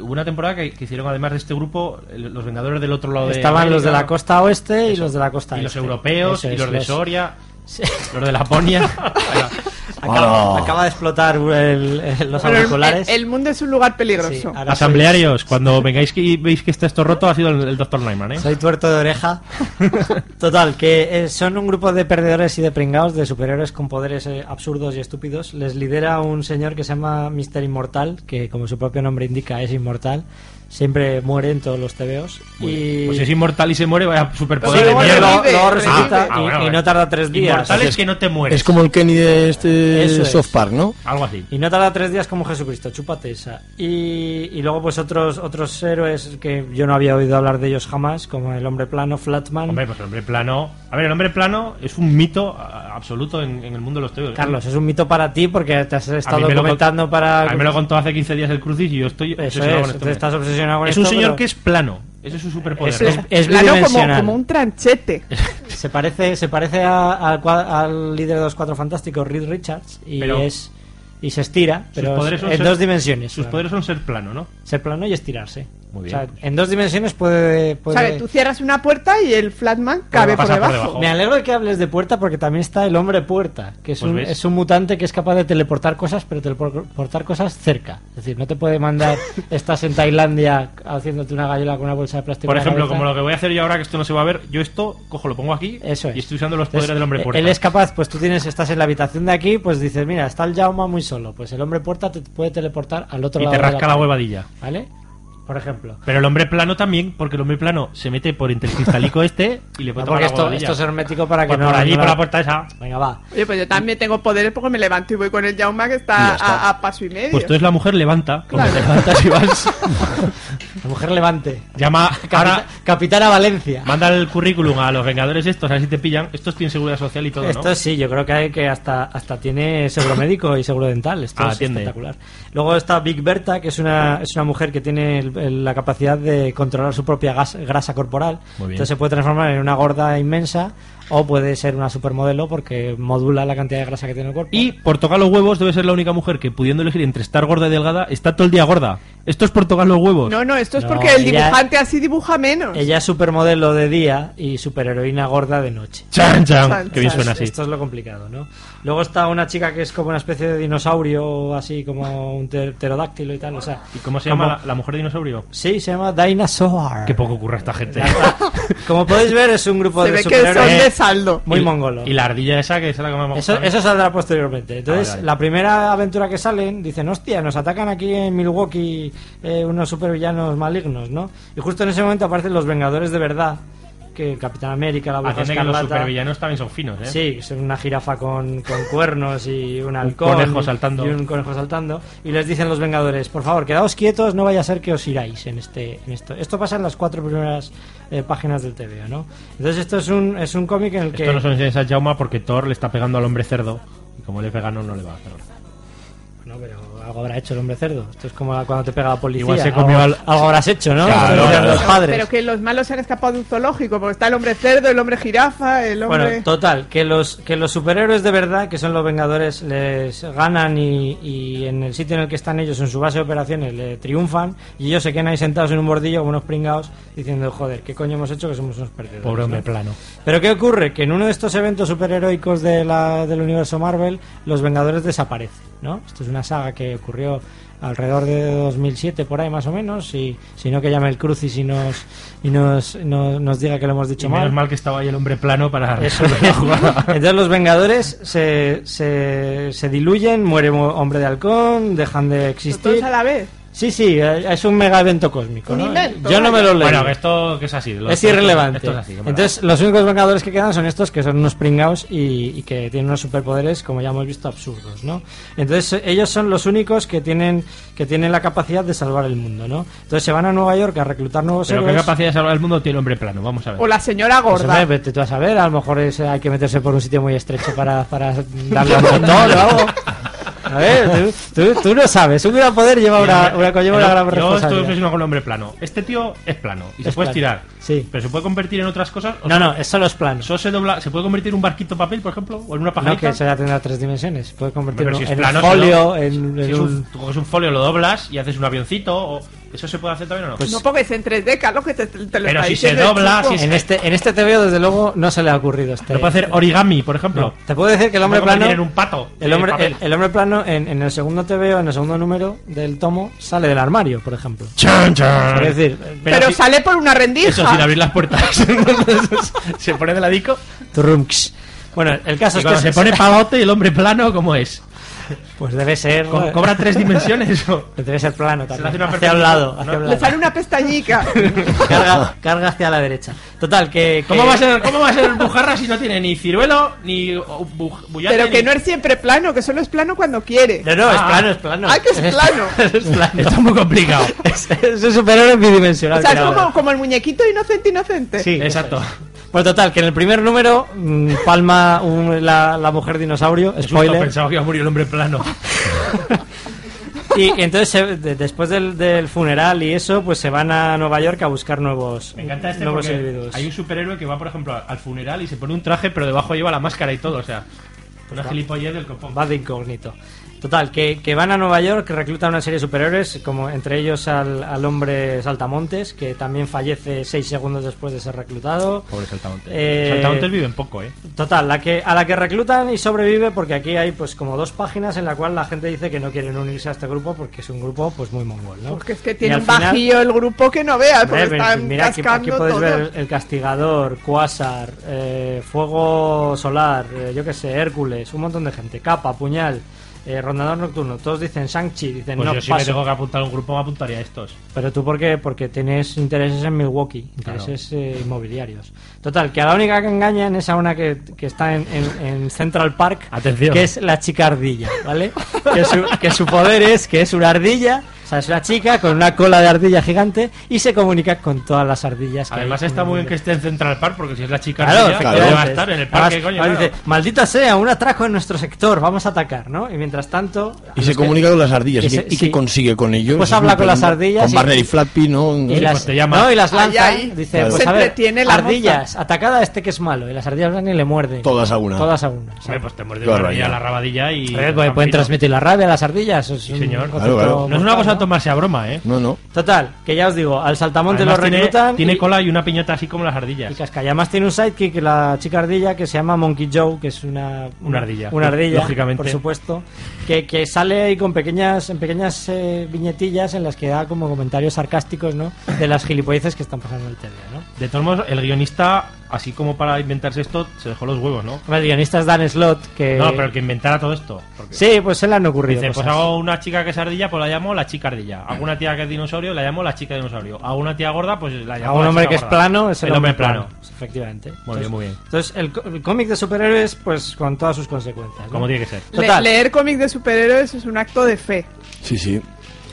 S3: Hubo una temporada que, que hicieron, además de este grupo, el- los Vengadores del otro lado de.
S6: Estaban los de la
S3: América,
S6: costa oeste y
S3: Eso.
S6: los de la costa
S3: Y los
S6: este.
S3: europeos,
S6: Eso
S3: y
S6: es,
S3: los de Soria, los de Laponia.
S6: Acaba,
S4: Oh.
S6: acaba de explotar el- el- los
S5: Pero el-
S6: auriculares.
S5: el, el mundo es un lugar peligroso.
S6: Sí, ahora
S3: Asamblearios, cuando vengáis que- y veis que está esto roto, ha sido el, doctor Nyman, ¿eh?
S6: Soy tuerto de oreja. Total, que eh, son un grupo de perdedores y de pringados, de superhéroes con poderes eh, absurdos y estúpidos. Les lidera un señor que se llama Mr. Inmortal, que como su propio nombre indica es inmortal. Siempre muere en todos los tebeos.
S3: Muy bien.
S6: Y...
S3: Pues si es inmortal y se muere, vaya superpoder
S5: Sí,
S3: de
S5: luego
S3: mierda.
S6: luego,
S5: revive,
S6: luego
S5: revive.
S6: resucita
S3: Ah,
S6: y,
S3: bueno,
S6: y
S3: bueno.
S6: no tarda tres días.
S3: Inmortal es que no te mueres.
S4: Es como el Kenny de este
S6: Eso es.
S4: soft park, ¿no?
S3: Algo así.
S6: Y no tarda tres días como Jesucristo, chúpate esa. Y, y luego pues otros otros héroes que yo no había oído hablar de ellos jamás, como el hombre plano, Flatman.
S3: Hombre, pues el hombre plano. A ver, el hombre plano es un mito a- absoluto en, en el mundo de los teos.
S6: Carlos, es un mito para ti porque te has
S3: A mí
S6: estado
S3: me lo
S6: comentando
S3: cont-
S6: para...
S3: A mí me lo contó hace 15 días el Crucis y yo estoy
S6: Eso
S3: obsesionado con
S6: es,
S3: este
S6: te
S3: hombre.
S6: estás obsesionado con
S3: Es
S6: esto,
S3: un señor
S6: pero
S3: que es plano. Ese es su superpoder.
S6: Es-
S3: ¿no?
S6: es- es
S5: Plano como,
S6: bidimensional.
S5: como un tranchete.
S6: Se parece, se parece a- al cua- al líder de los Cuatro Fantásticos, Reed Richards, y
S3: Pero-
S6: es... Y se estira, pero
S3: poderes son
S6: en
S3: ser-
S6: dos dimensiones.
S3: Sus
S6: claro.
S3: poderes son ser plano, ¿no?
S6: Ser plano y estirarse.
S3: Muy bien,
S6: O sea,
S3: pues.
S6: en dos dimensiones puede...
S5: O
S6: puede...
S5: sea, que tú cierras una puerta y el flatman cabe por
S3: pasa por
S5: debajo.
S3: debajo.
S6: Me alegro de que hables de puerta porque también está el hombre puerta, que es,
S3: Pues
S6: un,
S3: ves.
S6: es un mutante que es capaz de teleportar cosas, pero teleportar cosas cerca. Es decir, no te puede mandar, estás en Tailandia haciéndote una gallola con una bolsa de plástico.
S3: Por
S6: en la
S3: ejemplo,
S6: cabeza.
S3: como lo que voy a hacer yo ahora, que esto no se va a ver, yo esto cojo, lo pongo aquí
S6: Eso es.
S3: y estoy usando los
S6: Entonces,
S3: poderes del hombre puerta.
S6: Él es capaz, pues tú tienes, estás en la habitación de aquí, pues dices, mira, está el Jauma muy solo, pues el hombre puerta te puede teleportar al otro
S3: y
S6: lado.
S3: te
S6: de la
S3: rasca la
S6: pared,
S3: huevadilla.
S6: ¿Vale? Por ejemplo.
S3: Pero el hombre plano también, porque el hombre plano se mete por entre el cristalico este y le
S6: No,
S3: puede tocar
S6: porque
S3: la
S6: esto,
S3: huevadilla.
S6: esto es hermético para que
S3: Pues
S6: no.
S3: por allí,
S6: no
S3: por la puerta esa.
S6: Venga, va.
S5: Oye, pues yo también tengo poderes porque me levanto y voy con el Jauma que está, A, a paso y medio.
S3: Pues entonces la mujer levanta. como
S5: Claro.
S3: te levantas y vas.
S6: La mujer levante.
S3: Llama. Ahora
S6: Capita- Capitana Valencia.
S3: manda el currículum a los vengadores estos, a ver si te pillan. Estos tienen seguridad social y todo, ¿no?
S6: Esto sí, yo creo que, hay que hasta, hasta tiene seguro médico y seguro dental. Esto
S3: Ah,
S6: es
S3: atiende.
S6: espectacular. Luego está Big Berta, que es una, es una mujer que tiene el- el- la capacidad de controlar su propia gas- grasa corporal.
S3: Muy bien.
S6: Entonces se puede transformar en una gorda inmensa o puede ser una supermodelo porque modula la cantidad de grasa que tiene el cuerpo.
S3: Y por tocar los huevos debe ser la única mujer que pudiendo elegir entre estar gorda y delgada está todo el día gorda. Esto es por tocar los huevos.
S5: No, no, esto es
S6: No,
S5: porque el
S6: ella-
S5: dibujante así dibuja menos.
S6: ella es supermodelo de día y superheroína gorda de noche.
S3: Chan, chan.
S5: Chan,
S3: Que bien
S6: O sea,
S3: suena
S6: es-
S3: así.
S6: Esto es lo complicado, ¿no? Luego está una chica que es como una especie de dinosaurio, así como un ter- pterodáctilo y tal. O sea,
S3: ¿Y cómo se
S6: como-
S3: llama la, la mujer dinosaurio?
S6: Sí, se llama Dinosaur.
S3: Qué poco ocurre esta gente.
S6: Ya está. Como podéis ver, es un grupo
S5: Se ve
S6: de
S5: que son de
S6: superhéroes Eh,
S5: saldo.
S6: muy
S3: Y-
S6: mongolo.
S3: Y la ardilla esa que es la que más me gusta
S6: Eso,
S3: a mí.
S6: eso saldrá posteriormente. Entonces,
S3: Vale, vale.
S6: la primera aventura que salen, dicen, hostia, nos atacan aquí en Milwaukee eh, unos supervillanos malignos, ¿no? Y justo en ese momento aparecen los Vengadores de verdad, que el Capitán América, la Bruja
S3: Atiende que los
S6: Escarlata...
S3: supervillanos también son finos, ¿eh?
S6: Sí, que son una jirafa con, con cuernos y un halcón.
S3: conejo saltando.
S6: Y un conejo saltando. Y les dicen los Vengadores, por favor, quedaos quietos, no vaya a ser que os iráis en este en esto. Esto pasa en las cuatro primeras eh, páginas del TVO, ¿no? Entonces esto es un, es un cómic en el que...
S3: Esto no son esas Jauma porque Thor le está pegando al hombre cerdo. Y como le es vegano, no le va a hacer. gracia.
S6: No, pero algo habrá hecho el hombre cerdo. Esto es como cuando te pega la policía.
S3: Igual se
S6: algo,
S3: comió al-
S6: algo habrás hecho, ¿no?
S3: Claro,
S6: Lo dicen
S3: claro.
S6: los padres.
S5: Pero que los malos se han escapado de un zoológico, porque está el hombre cerdo, el hombre jirafa, el hombre...
S6: Bueno, total, que los, que los superhéroes de verdad, que son los Vengadores, les ganan y, y en el sitio en el que están ellos, en su base de operaciones, le triunfan y ellos se quedan ahí sentados en un bordillo como unos pringados diciendo, joder, ¿qué coño hemos hecho que somos unos perdedores?
S3: Pobre hombre
S6: no?".
S3: plano.
S6: Pero ¿qué ocurre? Que en uno de estos eventos superheroicos de la- del universo Marvel, los Vengadores desaparecen, ¿no? Esto es una saga que ocurrió alrededor de 2007, por ahí más o menos, y si no que llame el Crucis y nos, y nos, nos, nos diga que lo hemos dicho
S3: Y menos mal que estaba ahí el hombre plano para
S6: eso.
S3: resolver la jugada.
S6: Entonces los Vengadores se, se, se diluyen, muere Mo- Hombre de Halcón, dejan de
S5: Todos
S6: existir.
S5: a la vez.
S6: Sí, sí, eh, es un mega evento cósmico. ¿no?
S5: Un invento,
S6: Yo no me lo leo.
S3: Bueno, que esto que es así. lo-
S6: es irrelevante.
S3: Esto es así. que mola.
S6: Entonces, los únicos Vengadores que quedan son estos, que son unos pringaos y, y que tienen unos superpoderes, como ya hemos visto, absurdos, ¿no? Entonces, eh, ellos son los únicos que tienen, que tienen la capacidad de salvar el mundo, ¿no? Entonces, se van a Nueva York a reclutar nuevos
S3: Pero qué
S6: héroes.
S3: capacidad de salvar el mundo tiene el hombre plano. Vamos a ver.
S5: O la señora
S6: Pues,
S5: gorda.
S6: hombre, vete tú a saber, a lo mejor es- hay que meterse por un sitio muy estrecho para, para darle un montón o algo. A ver, tú, tú- tú no sabes, un gran poder lleva una, una, conlleva una gran
S3: Yo estoy
S6: responsabilidad.
S3: obsesionado con el hombre plano. Este tío es plano y se
S6: Es
S3: puede
S6: plano.
S3: estirar.
S6: Sí.
S3: Pero se puede convertir en otras cosas. O
S6: No,
S3: sea,
S6: no, eso los planos.
S3: Eso se dobla. ¿Se puede convertir en un barquito de papel, por ejemplo? ¿O en una
S6: No, que
S3: pajarita?
S6: eso ya tendrá tres dimensiones. Puede
S3: Hombre, pero
S6: convertirlo
S3: si es
S6: en
S3: plano,
S6: un folio,
S3: si no-
S6: en, en
S3: si es un,
S6: un...
S3: tú coges un folio, lo doblas y haces un avioncito. O, ¿Eso se puede hacer también o no?
S6: Pues-
S5: No porque es en 3D, Carlos, que te, te lo
S3: Pero
S5: está
S3: si se
S5: diciendo el
S3: dobla,
S5: chico.
S3: si
S6: En este, en este TVO, desde luego, no se le ha ocurrido este.
S3: ¿No puede hacer origami, por ejemplo?
S6: No. Te puedo decir que el hombre
S3: Me voy a
S6: plano.
S3: convertir en un pato.
S6: El
S3: de
S6: hombre,
S3: papel.
S6: el, el hombre plano en, en el segundo TVO, en el segundo número del tomo, sale del armario, por ejemplo.
S4: Chan, chan.
S6: Es decir,
S5: Pero,
S3: si-
S5: sale por una rendija.
S3: Eso, sin abrir las puertas. Entonces, se pone de ladico.
S6: turrumx. Bueno, el caso
S3: Y
S6: es que
S3: cuando se pone pavote y el hombre plano, ¿cómo es?
S6: Pues debe ser. Pues
S3: Co- ¿Cobra tres dimensiones o...?
S6: Debe ser plano
S3: le hace
S6: también.
S3: una
S6: Hacia un
S3: perspectiva,
S6: lado.
S3: ¿no?
S6: hacia un
S5: Le
S6: lado.
S5: sale una pestañica.
S6: Carga, carga hacia la derecha. Total, que. que-
S3: ¿Cómo va, a ser, ¿Cómo va a ser bujarra si no tiene ni ciruelo, ni o, bu- bullate,
S5: pero que
S3: ni-
S5: no es siempre plano, que solo es plano cuando quiere.
S6: No, no, es
S3: Ah.
S6: plano, es plano.
S5: Ay, que es plano.
S6: es plano.
S3: Está muy complicado.
S6: Es, es un superhéroe bidimensional.
S5: O sea,
S6: que
S5: es
S6: la
S5: como,
S6: verdad.
S5: como el muñequito inocente, inocente.
S6: Sí,
S3: Exacto.
S6: Pues total, que en el primer número mm, palma un- la, la mujer dinosaurio,
S3: Justo
S6: spoiler.
S3: pensaba que iba a morir el hombre plano.
S6: Y, y entonces, se- de- después del, del funeral y eso, pues se van a Nueva York a buscar nuevos,
S3: Me encanta este
S6: nuevos
S3: porque
S6: individuos.
S3: hay un superhéroe que va, por ejemplo, al funeral y se pone un traje, pero debajo lleva la máscara y todo. O sea, una gilipollez del copón.
S6: Va de incógnito. Total, que, que van a Nueva York, que reclutan una serie de superhéroes, como entre ellos al, al hombre Saltamontes, que también fallece seis segundos después de ser reclutado.
S3: Pobre Saltamontes.
S6: Eh,
S3: Saltamontes viven poco, ¿eh?
S6: Total, la que, a la que reclutan y sobrevive porque aquí hay pues como dos páginas en la cual la gente dice que no quieren unirse a este grupo porque es un grupo pues muy mongol, ¿no?
S5: Porque es que
S6: Y
S5: tiene
S6: al
S5: un
S6: final-
S5: bajío el grupo que no veas, porque
S6: Hombre, ven-
S5: están
S6: mira, aquí,
S5: cascando
S6: aquí puedes
S5: todo.
S6: ver el castigador, Quasar, eh, Fuego Solar, eh, yo que sé, Hércules, un montón de gente, Capa, Puñal, eh, Rondador Nocturno, todos dicen Shang-Chi, dicen
S3: Pues
S6: no
S3: yo si me
S6: paso.
S3: tengo que apuntar a un grupo, me apuntaría a estos.
S6: Pero tú, ¿por qué? Porque tienes intereses en Milwaukee, intereses eh, inmobiliarios. Total, que a la única que engañan es a una que, que está en, en- en Central Park,
S3: Atención.
S6: que es la chica ardilla, ¿vale? que, su, que su poder es que es una ardilla, o sea, es una chica con una cola de ardilla gigante y se comunica con todas las ardillas. que
S3: Además
S6: hay en
S3: está
S6: el
S3: muy bien
S6: mundo.
S3: que esté en Central Park, porque si es la chica
S6: Claro,
S3: ardilla,
S6: efectivamente.
S3: ¿dónde va a estar en el parque,
S6: Además,
S3: coño.
S6: además
S3: claro?
S6: dice, maldita sea, un atraco en nuestro sector, vamos a atacar, ¿no? Y mientras tanto... a
S4: Y
S6: los
S4: se
S6: que-
S4: comunica con las ardillas.
S6: Y
S4: ¿Y, qué-
S6: se-
S4: y
S6: sí.
S4: qué consigue con ellos?
S6: Pues
S4: Eso
S6: habla
S4: me
S6: con las
S4: pregunto.
S6: ardillas
S4: Con
S6: y-
S4: Barney y Flappy, ¿no?
S6: Y
S3: Sí,
S6: las,
S3: pues te llama.
S6: No, y las lanza.
S5: Ahí, ahí.
S6: Dice,
S4: Claro.
S6: pues
S5: Se
S6: a ver,
S5: entretiene la
S6: ardillas, atacad a este que es malo. Y las ardillas van y le muerden.
S4: Todas a una.
S6: Todas a una.
S3: Hombre, pues te muerde
S4: Qué
S3: una
S4: barbaridad.
S3: ardilla la rabadilla y...
S6: A ver, pues, pueden transmitir la rabia a las ardillas. Es un
S3: señor.
S6: concepto
S4: Claro, claro.
S3: No es una
S6: mortal,
S3: cosa a
S6: ¿no?
S3: tomarse a broma, ¿eh?
S4: No, no.
S6: Total, que ya os digo, al saltamonte
S3: Además,
S6: lo
S3: tiene-
S6: reclutan.
S3: Tiene
S6: y-
S3: cola y una piñata así como las
S6: Y
S3: ardillas.
S6: casca. Y además tiene un sidekick, la chica ardilla, que se llama Monkey Joe, que es una...
S3: Una ardilla,
S6: Una ardilla,
S3: lógicamente.
S6: por supuesto. Que, que sale ahí con pequeñas, en pequeñas eh, viñetillas en las que da como comentarios sarcásticos, ¿no? De las gilipolleces que están pasando en el TV, ¿no?
S3: De todos modos, el guionista, así como para inventarse esto, se dejó los huevos, ¿no?
S6: Hombre, El guionista es Dan Slot, que...
S3: No, pero el que inventara todo esto. porque-
S6: Sí, pues se le han ocurrido
S3: Dice, pues
S6: cosas.
S3: hago una chica que es ardilla, pues la llamo la chica ardilla.
S6: Mm.
S3: Hago una tía que es dinosaurio, la llamo la chica dinosaurio. Hago una tía gorda, pues la llamo
S6: A un
S3: la
S6: hombre
S3: chica
S6: que es
S3: gorda.
S6: plano es
S3: el, hombre plano.
S6: Efectivamente.
S3: Muy bien, muy bien.
S6: Entonces, el, co- el cómic de superhéroes, pues con todas sus consecuencias. ¿no?
S3: Como tiene que ser.
S5: Le-
S6: Total.
S5: leer cómics de superhéroes es un acto de fe.
S4: Sí, sí.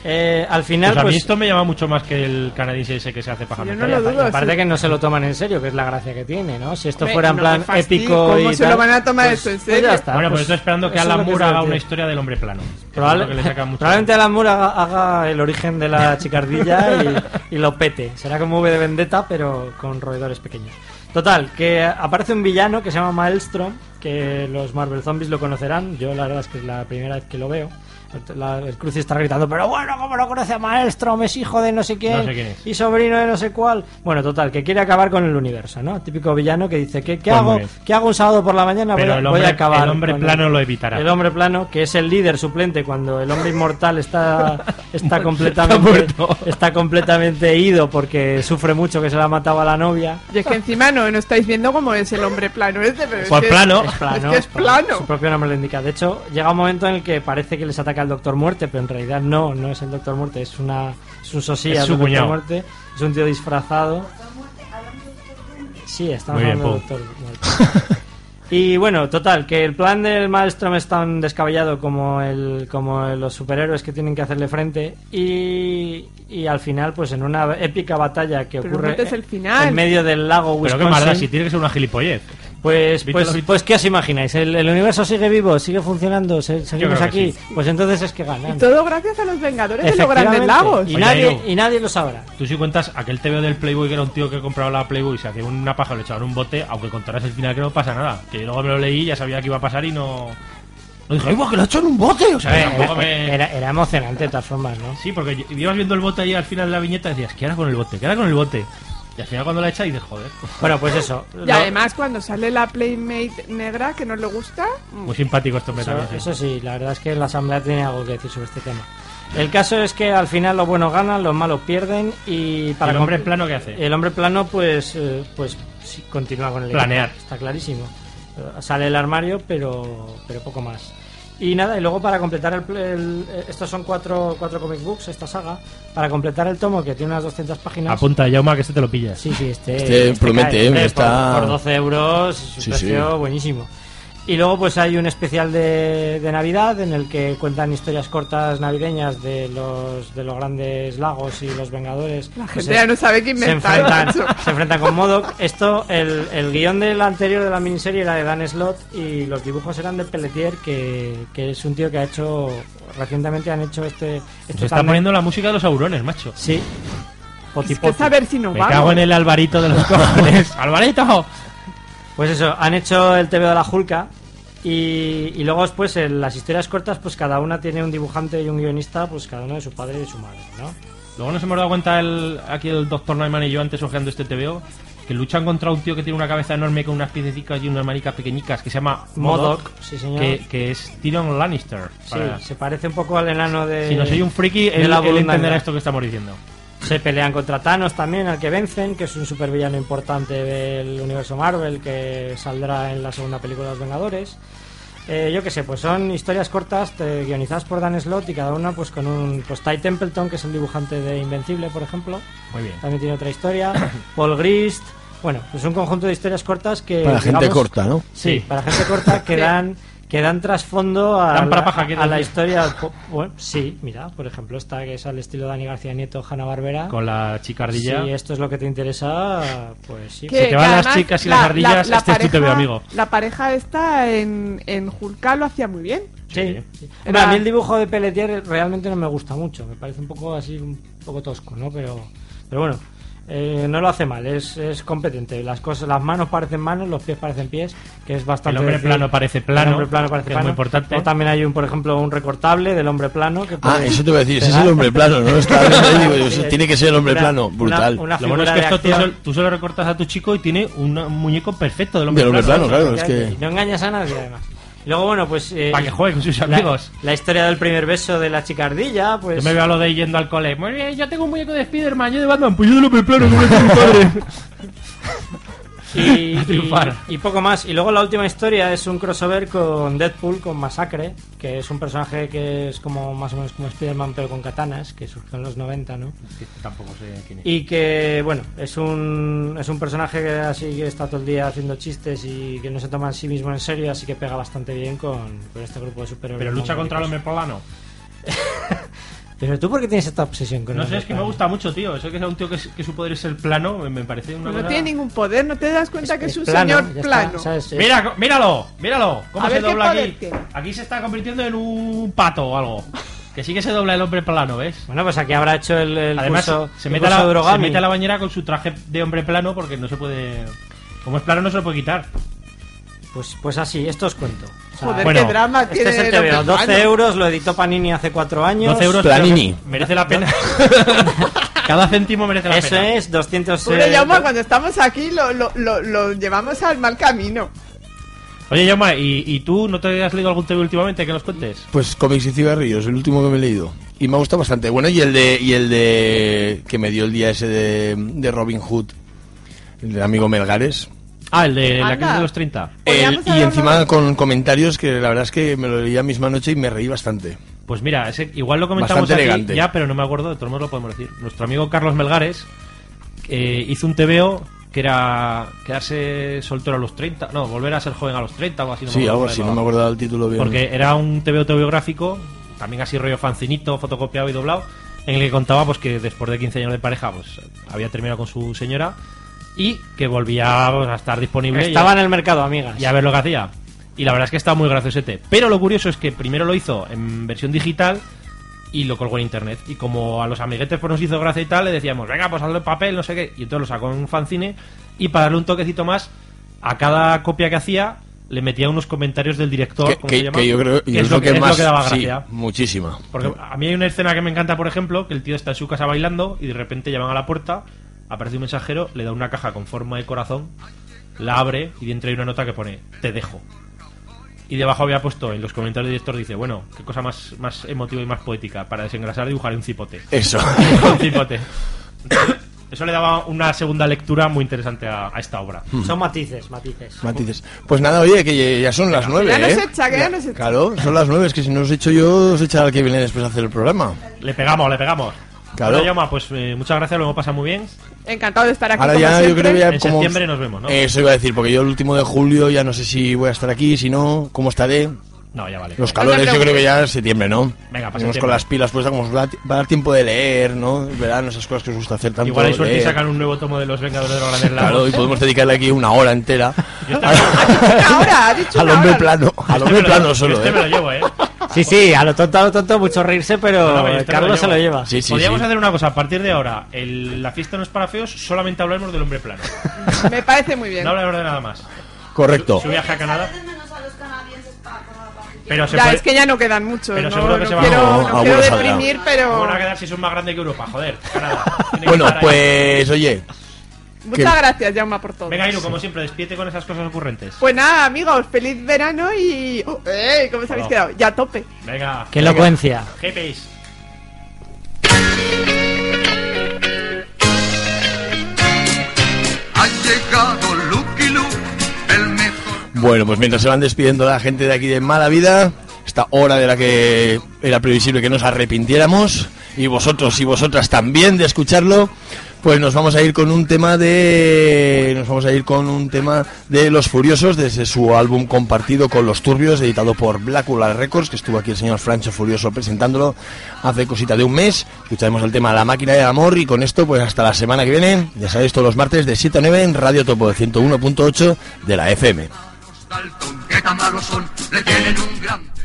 S6: Eh, al final,
S3: Pues a
S6: pues,
S3: mí esto me llama mucho más que el canadiense ese que se hace paja
S5: Yo no
S3: mental.
S5: lo dudo.
S6: aparte
S5: sí.
S6: que no se lo toman en serio, que es la gracia que tiene, ¿no? Si esto
S5: Hombre,
S6: fuera en
S5: no
S6: plan
S5: me fastidie,
S6: épico
S5: ¿cómo
S6: y
S5: se
S6: tal,
S5: lo van a tomar
S6: pues-
S5: esto en
S6: pues
S5: serio?
S6: ya está,
S3: Bueno, pues
S6: pues
S3: estoy esperando que
S6: eso es
S3: Alan
S6: lo
S3: Moore
S6: se
S3: haga
S6: refiere.
S3: una historia del hombre plano.
S6: Probable-
S3: Seguro que le saca mucho.
S6: probablemente Alan Moore haga, haga el origen de la chicardilla y, y lo pete. Será como V de Vendetta, pero con roedores pequeños. Total, que aparece un villano que se llama Maelstrom, que los Marvel Zombies lo conocerán. Yo la verdad es que es la primera vez que lo veo. La- el Cruci está gritando, pero bueno, ¿cómo lo conoce a Maelstrom? Es hijo de no sé quién,
S3: No sé quién es.
S6: y sobrino de no sé cuál. Bueno, total, que quiere acabar con el universo, ¿no? Típico villano que dice, ¿qué, qué
S3: Pues muy
S6: hago?
S3: bien.
S6: ¿Qué hago un sábado por la mañana?
S3: Pero
S6: voy, a-
S3: el
S6: voy
S3: hombre-
S6: a acabar.
S3: el hombre
S6: con
S3: plano lo evitará.
S6: El hombre plano, que es el líder suplente cuando el hombre inmortal está, está completamente
S3: Está muerto.
S6: está completamente ido porque sufre mucho que se la ha matado a la novia.
S5: Y es que encima no, no estáis viendo cómo es el hombre plano. este, pero es
S3: Por
S5: que-
S3: plano.
S6: Es plano,
S5: Es que es plano.
S6: Su propio nombre lo indica. De hecho, llega un momento en el que parece que les ataca el Doctor Muerte, pero en realidad no, no es el Doctor Muerte, es una es un sosilla
S3: Es su
S6: del Doctor
S3: cuñado.
S6: Muerte, es un tío disfrazado. Sí, estamos
S3: Muy bien,
S6: hablando del Doctor Muerte. Y bueno, total, que el plan del Maelstrom es tan descabellado como el como los superhéroes que tienen que hacerle frente y, y al final, pues en una épica batalla que
S5: Pero
S6: ocurre
S5: no te es el final.
S6: en medio del lago
S3: Pero
S6: Wisconsin,
S3: qué maldad, si tiene que ser una gilipollez.
S6: pues,
S3: Vito
S6: pues,
S3: lo-
S6: pues, ¿qué os imagináis? ¿El, el universo sigue vivo? ¿Sigue funcionando? ¿Se- ¿Seguimos
S3: creo que
S6: aquí?
S3: sí.
S6: Pues entonces es que ganan.
S5: Y todo gracias a los Vengadores de los Grandes
S6: Efectivamente.
S5: Lagos.
S6: Y
S3: Oye,
S6: nadie,
S3: Edu.
S6: y nadie lo sabrá.
S3: Tú si cuentas aquel TV del Playboy que era un tío que compraba la Playboy y se hacía una paja, lo echaba en un bote, aunque contaras el final que no pasa nada. Que yo luego me lo leí, ya sabía que iba a pasar y no...
S4: No dije, ¡ay, guau, que lo ha hecho en un bote! O sea,
S3: Eh,
S4: tampoco me-
S3: eh,
S6: Era, era emocionante de todas formas, ¿no?
S3: Sí, porque ll- ibas viendo el bote ahí al final de la viñeta y decías, ¿qué hará con el bote? ¿Qué hará con el bote? Y al final cuando la echas dices, joder,
S6: Bueno, pues eso.
S5: Y
S6: lo-
S5: además cuando sale la Playmate negra que no le gusta,
S3: muy simpático esto
S6: Mm. Eso,
S3: también. sí.
S6: eso sí, la verdad es que la asamblea tiene algo que decir sobre este tema. El caso es que al final los buenos ganan, los malos pierden y para eh,
S3: ¿El
S6: compre-
S3: hombre plano qué hace?
S6: El hombre plano pues eh, pues sí, continúa con el equipo.
S3: Planear.
S6: está clarísimo. Eh, Sale el armario, pero pero poco más. Y nada, y luego para completar el, pl- el- eh, estos son cuatro, cuatro comic books esta saga, para completar el tomo que tiene unas 200 páginas.
S3: Apunta, Yauma, que este te lo pillas.
S6: Sí, sí, este,
S4: Este promete,
S6: cae,
S4: eh,
S6: por-
S4: está-
S6: por, 12 euros, es un
S4: Sí,
S6: precio
S4: sí.
S6: buenísimo. Y luego pues hay un especial de, de Navidad en el que cuentan historias cortas navideñas de los de los grandes lagos y los vengadores.
S5: la
S6: Pues
S5: gente
S6: es-
S5: ya no sabe qué
S6: se
S5: inventar.
S6: enfrentan,
S5: macho.
S6: se enfrentan con Modoc. Esto, el, el guión del anterior de la miniserie era de Dan Slott y los dibujos eran de Pelletier, que, que es un tío que ha hecho, recientemente han hecho este...
S3: Se
S6: este
S3: está
S6: tándem.
S3: poniendo la música de los aurones, macho.
S6: Sí. Poti
S5: Es que
S6: poti.
S5: saber si nos
S3: Me
S5: vamos.
S3: cago en el Alvarito de los cojones. ¡Alvarito!
S6: Pues eso, han hecho el TV de la Julka y, y luego después en las historias cortas pues cada una tiene un dibujante y un guionista, pues cada uno de su padre y de su madre, ¿no?
S3: Luego nos hemos dado cuenta el, aquí el doctor Neumann y yo antes hojeando este TVO que luchan contra un tío que tiene una cabeza enorme con unas piececitas y unas manicas pequeñicas que se llama
S6: Modoc,
S3: Modoc,
S6: sí, señor.
S3: Que, que es Tyrion Lannister.
S6: Sí,
S3: Para-
S6: se parece un poco al enano de...
S3: si no soy un friki,
S6: de
S3: él,
S6: la
S3: él
S6: voluntad.
S3: entenderá esto que estamos diciendo.
S6: Se pelean contra Thanos también, al que vencen, que es un supervillano importante del universo Marvel que saldrá en la segunda película de los Vengadores. Eh, yo qué sé, pues son historias cortas eh, guionizadas por Dan Slott y cada una pues con un... Pues Ty Templeton, que es el dibujante de Invencible, por ejemplo.
S3: Muy bien.
S6: También tiene otra historia. Paul Grist. Bueno, pues un conjunto de historias cortas que.
S4: Para gente
S6: digamos,
S4: corta, ¿no?
S6: Sí, para gente corta que dan, que dan trasfondo a,
S3: Dan para
S6: la,
S3: paja, ¿qué
S6: a la
S3: decir?
S6: historia. po- Bueno, sí, mira, por ejemplo, esta que es al estilo Dani García Nieto, Hanna Barbera.
S3: Con la chicardilla.
S6: Si esto es lo que te interesa, pues sí.
S5: Que-
S3: te van
S5: que
S3: las
S5: además
S3: chicas y las ardillas, este es tu TV, amigo.
S5: La pareja esta en, en Julka lo hacía muy bien.
S6: Sí. sí.
S5: Era-
S6: Hombre, a mí el dibujo de Pelletier realmente no me gusta mucho. Me parece un poco así, un poco tosco, ¿no? Pero, pero bueno, eh, no lo hace mal, es, es competente. Las cosas, las manos parecen manos, los pies parecen pies, que es bastante.
S3: El hombre
S6: decir.
S3: plano parece plano,
S6: El hombre plano parece
S3: que es
S6: plano.
S3: muy importante.
S6: Luego también hay un, por ejemplo, un recortable del hombre plano. Que
S4: Ah,
S6: puede
S4: eso te voy a decir, ese es
S6: pegar.
S4: el hombre plano, ¿no? Está bien, ahí, digo,
S6: Pues Sí,
S4: eso
S6: es
S4: tiene que ser el hombre
S6: una-
S4: plano,
S6: una-
S4: brutal.
S6: una
S3: Lo bueno es
S6: figura
S3: que
S6: de
S3: esto tú
S6: acción.
S3: solo, tú solo recortas a tu chico y tiene un muñeco perfecto del hombre,
S4: Del hombre plano, claro, es que...
S6: Efectivamente, y No engañas a nadie, además. Y Luego, bueno, pues. eh,
S3: Para que juegue con sus
S6: la-
S3: amigos.
S6: La, historia del primer beso de la chicardilla, pues.
S3: Yo me veo a lo de yendo al cole. Muy bien, yo tengo un muñeco de Spiderman, yo de Batman, pues yo del hombre plano, no me mi padre.
S6: y,
S3: A triunfar.
S6: y- y poco más. Y luego la última historia es un crossover con Deadpool, con Masacre, que es un personaje que es como más o menos como Spider-Man, pero con katanas, que surgió en los 90, ¿no?
S3: Tampoco sé quién es.
S6: Y que, bueno, es un, es un personaje que así que está todo el día haciendo chistes y que no se toma a sí mismo en serio, así que pega bastante bien con, con este grupo de superhéroes.
S3: Pero lucha contra el hombre plano.
S6: Pero tú, ¿por qué tienes esta obsesión con el
S3: No sé,
S6: hombre
S3: es que me
S6: plano?
S3: gusta mucho, tío. Eso que sea un tío que, es- que su poder es el plano, me, me parece una
S5: No
S3: cosa-
S5: tiene ningún poder, no te das cuenta que es, un
S6: plano, ya
S5: señor
S6: está,
S5: plano.
S6: ¿sabes? Es-
S3: Mira, co- míralo, míralo. ¿Cómo
S5: A
S3: se
S5: ver qué
S3: dobla
S5: poder
S3: aquí?
S5: tiene.
S3: Aquí se está convirtiendo en un pato o algo. Que sí que se dobla el hombre plano, ¿ves?
S6: Bueno, pues aquí habrá hecho el, el
S3: Además,
S6: curso-
S3: se,
S6: el
S3: mete a
S6: curso de
S3: la, se
S6: origami.
S3: mete a la bañera con su traje de hombre plano porque no se puede. Como es plano, no se lo puede quitar.
S6: Pues, pues así, esto os cuento. O sea,
S5: Joder,
S3: Bueno,
S5: qué drama
S6: Este
S5: tiene
S6: es el
S5: hombre
S6: TVO, 12
S5: plano.
S6: euros, lo editó Panini hace 4 años.
S3: 12 euros.
S4: Planini.
S3: creo que Merece la pena. Cada céntimo merece la
S6: Eso
S3: pena.
S6: es, 200
S5: Pobre
S6: eh,
S5: Jaume, cuando estamos aquí lo, lo, lo, lo llevamos al mal camino.
S3: Oye, Yama, ¿y, y tú no te has leído algún TV últimamente que nos cuentes?
S4: Pues cómics y cigarrillos, el último que me he leído. Y me ha gustado bastante. Bueno, y el de, y el de que me dio el día ese de, de Robin Hood, el del amigo Melgares.
S3: Ah, el de la
S5: Anda.
S3: crisis de los 30.
S5: Podríamos
S4: El- y
S5: haberlo-
S4: encima con comentarios que la verdad es que me lo leí a misma noche y me reí bastante.
S3: Pues mira, ese- igual lo comentamos
S4: Bastante
S3: aquí
S4: elegante.
S3: ya, pero no me acuerdo, de todos modos lo podemos decir. Nuestro amigo Carlos Melgares eh, hizo un TVO que era quedarse soltero a los 30, no, volver a ser joven a los 30 o así. No
S4: sí,
S3: me acuerdo
S4: algo
S3: cómo le
S4: así, no me
S3: llamaba.
S4: acuerdo del título bien.
S3: Porque era un TVO autobiográfico, también así rollo fancinito, fotocopiado y doblado, en el que contaba pues que después de 15 años de pareja pues había terminado con su señora y que volvía pues, a estar disponible. y-
S6: Estaba en el mercado, amigas.
S3: y a ver lo que hacía. Y la verdad es que estaba muy graciosete. Pero lo curioso es que primero lo hizo en versión digital y lo colgó en internet. Y como a los amiguetes pues nos hizo gracia y tal, le decíamos, venga, pues hazlo en papel, no sé qué. Y entonces lo sacó en un fanzine. Y para darle un toquecito más, a cada copia que hacía, le metía unos comentarios del director,
S4: Que,
S3: ¿cómo
S4: que-
S3: se llama?
S4: que yo creo
S3: Que es lo que, es lo
S4: más
S3: que daba
S4: sí,
S3: gracia.
S4: muchísima.
S3: Porque a mí hay una escena que me encanta, por ejemplo, que el tío está en su casa bailando y de repente llaman a la puerta, aparece un mensajero, le da una caja con forma de corazón, la abre y dentro hay una nota que pone, te dejo. Y debajo había puesto en los comentarios del director, dice, bueno, qué cosa más, más emotiva y más poética, para desengrasar dibujaré un cipote.
S4: Eso.
S3: un cipote. Entonces, eso le daba una segunda lectura muy interesante a, a esta obra.
S6: Son matices, matices.
S4: Matices. Pues nada, oye, que ya son las nueve.
S5: ya nos
S4: ¿eh?
S5: echa, que ya nos echa.
S4: Claro, son las nueve, es que si no os he hecho yo, os echará al que viene después a hacer el programa.
S3: Le pegamos, le pegamos.
S4: Claro.
S3: Bueno, Yoma, pues eh, muchas gracias, lo hemos pasado muy bien.
S5: Encantado de estar aquí.
S4: Ahora
S5: como
S4: ya yo
S5: siempre.
S4: creo que ya
S3: En
S4: como...
S3: septiembre nos vemos, ¿no?
S4: Eso iba a decir, porque yo el último de julio ya no sé si voy a estar aquí, si no, cómo estaré.
S3: No, ya vale.
S4: Los calores yo creo que ya es septiembre, ¿no?
S3: Venga, para
S4: Venimos
S3: septiembre.
S4: con las pilas puestas, como os va a, va a dar tiempo de leer, ¿no? El verano, esas cosas que os gusta hacer tanto.
S3: Igual hay suerte y
S4: leer.
S3: sacan un nuevo tomo de Los Vengadores de los Grandes
S4: eh. Claro,
S3: Lagos.
S4: y podemos dedicarle aquí una hora entera.
S5: Una hora, ha dicho
S4: al
S5: una
S4: hombre
S5: hora.
S4: plano, al hombre
S3: me lo-
S4: plano solo,
S3: este
S4: ¿eh?
S3: me lo llevo, ¿eh?
S6: Sí, sí, a lo tonto, a lo tonto, mucho reírse, pero
S3: No, no, este me lo
S6: Carlos se lo
S3: llevo.
S6: lleva.
S4: Sí, sí,
S3: Podríamos
S4: sí.
S3: hacer una cosa, a partir de ahora, el- la fiesta no es para feos, solamente hablaremos del hombre plano.
S5: Me parece muy bien.
S3: No hablaremos de nada más.
S4: Correcto.
S3: Su viaje a Canadá. Pero se
S5: Ya,
S3: puede...
S5: es que ya no quedan muchos.
S3: Pero
S5: no,
S3: seguro que
S5: no
S3: se va-
S5: quiero,
S4: No,
S5: no
S4: alguno
S5: quiero
S4: saldrá.
S5: deprimir,
S3: ¿Cómo
S5: pero.
S3: van a quedar si son más grandes que Europa? Joder, Canadá. Tiene que
S4: Bueno,
S3: estar ahí.
S4: pues oye,
S5: Muchas gracias, Jauma, por todo.
S3: Venga, Iru, como siempre, despídete con esas cosas ocurrentes.
S5: Pues nada, amigos, feliz verano y. ¡Oh! ¡Eh! ¿Cómo os habéis
S3: Hola.
S5: quedado? Ya a tope.
S3: Venga,
S6: Qué elocuencia.
S3: jefes.
S2: Ha llegado Lucky Luke, el mejor.
S4: bueno, pues mientras se van despidiendo la gente de aquí de Mala Vida, esta hora de la que era previsible que nos arrepintiéramos, y vosotros y vosotras también de escucharlo, pues nos vamos a ir con un tema de... nos vamos a ir con un tema de Los Furiosos, desde su álbum compartido con Los Turbios, editado por Blackula Records, que estuvo aquí el señor Francho Furioso presentándolo hace cosita de un mes. Escucharemos el tema La Máquina del Amor y con esto, pues hasta la semana que viene, ya sabéis, todos los martes de 7 a 9 en Radio Topo de 101.8 de la FM.
S2: Dalton, qué tan malos son, le tienen un gran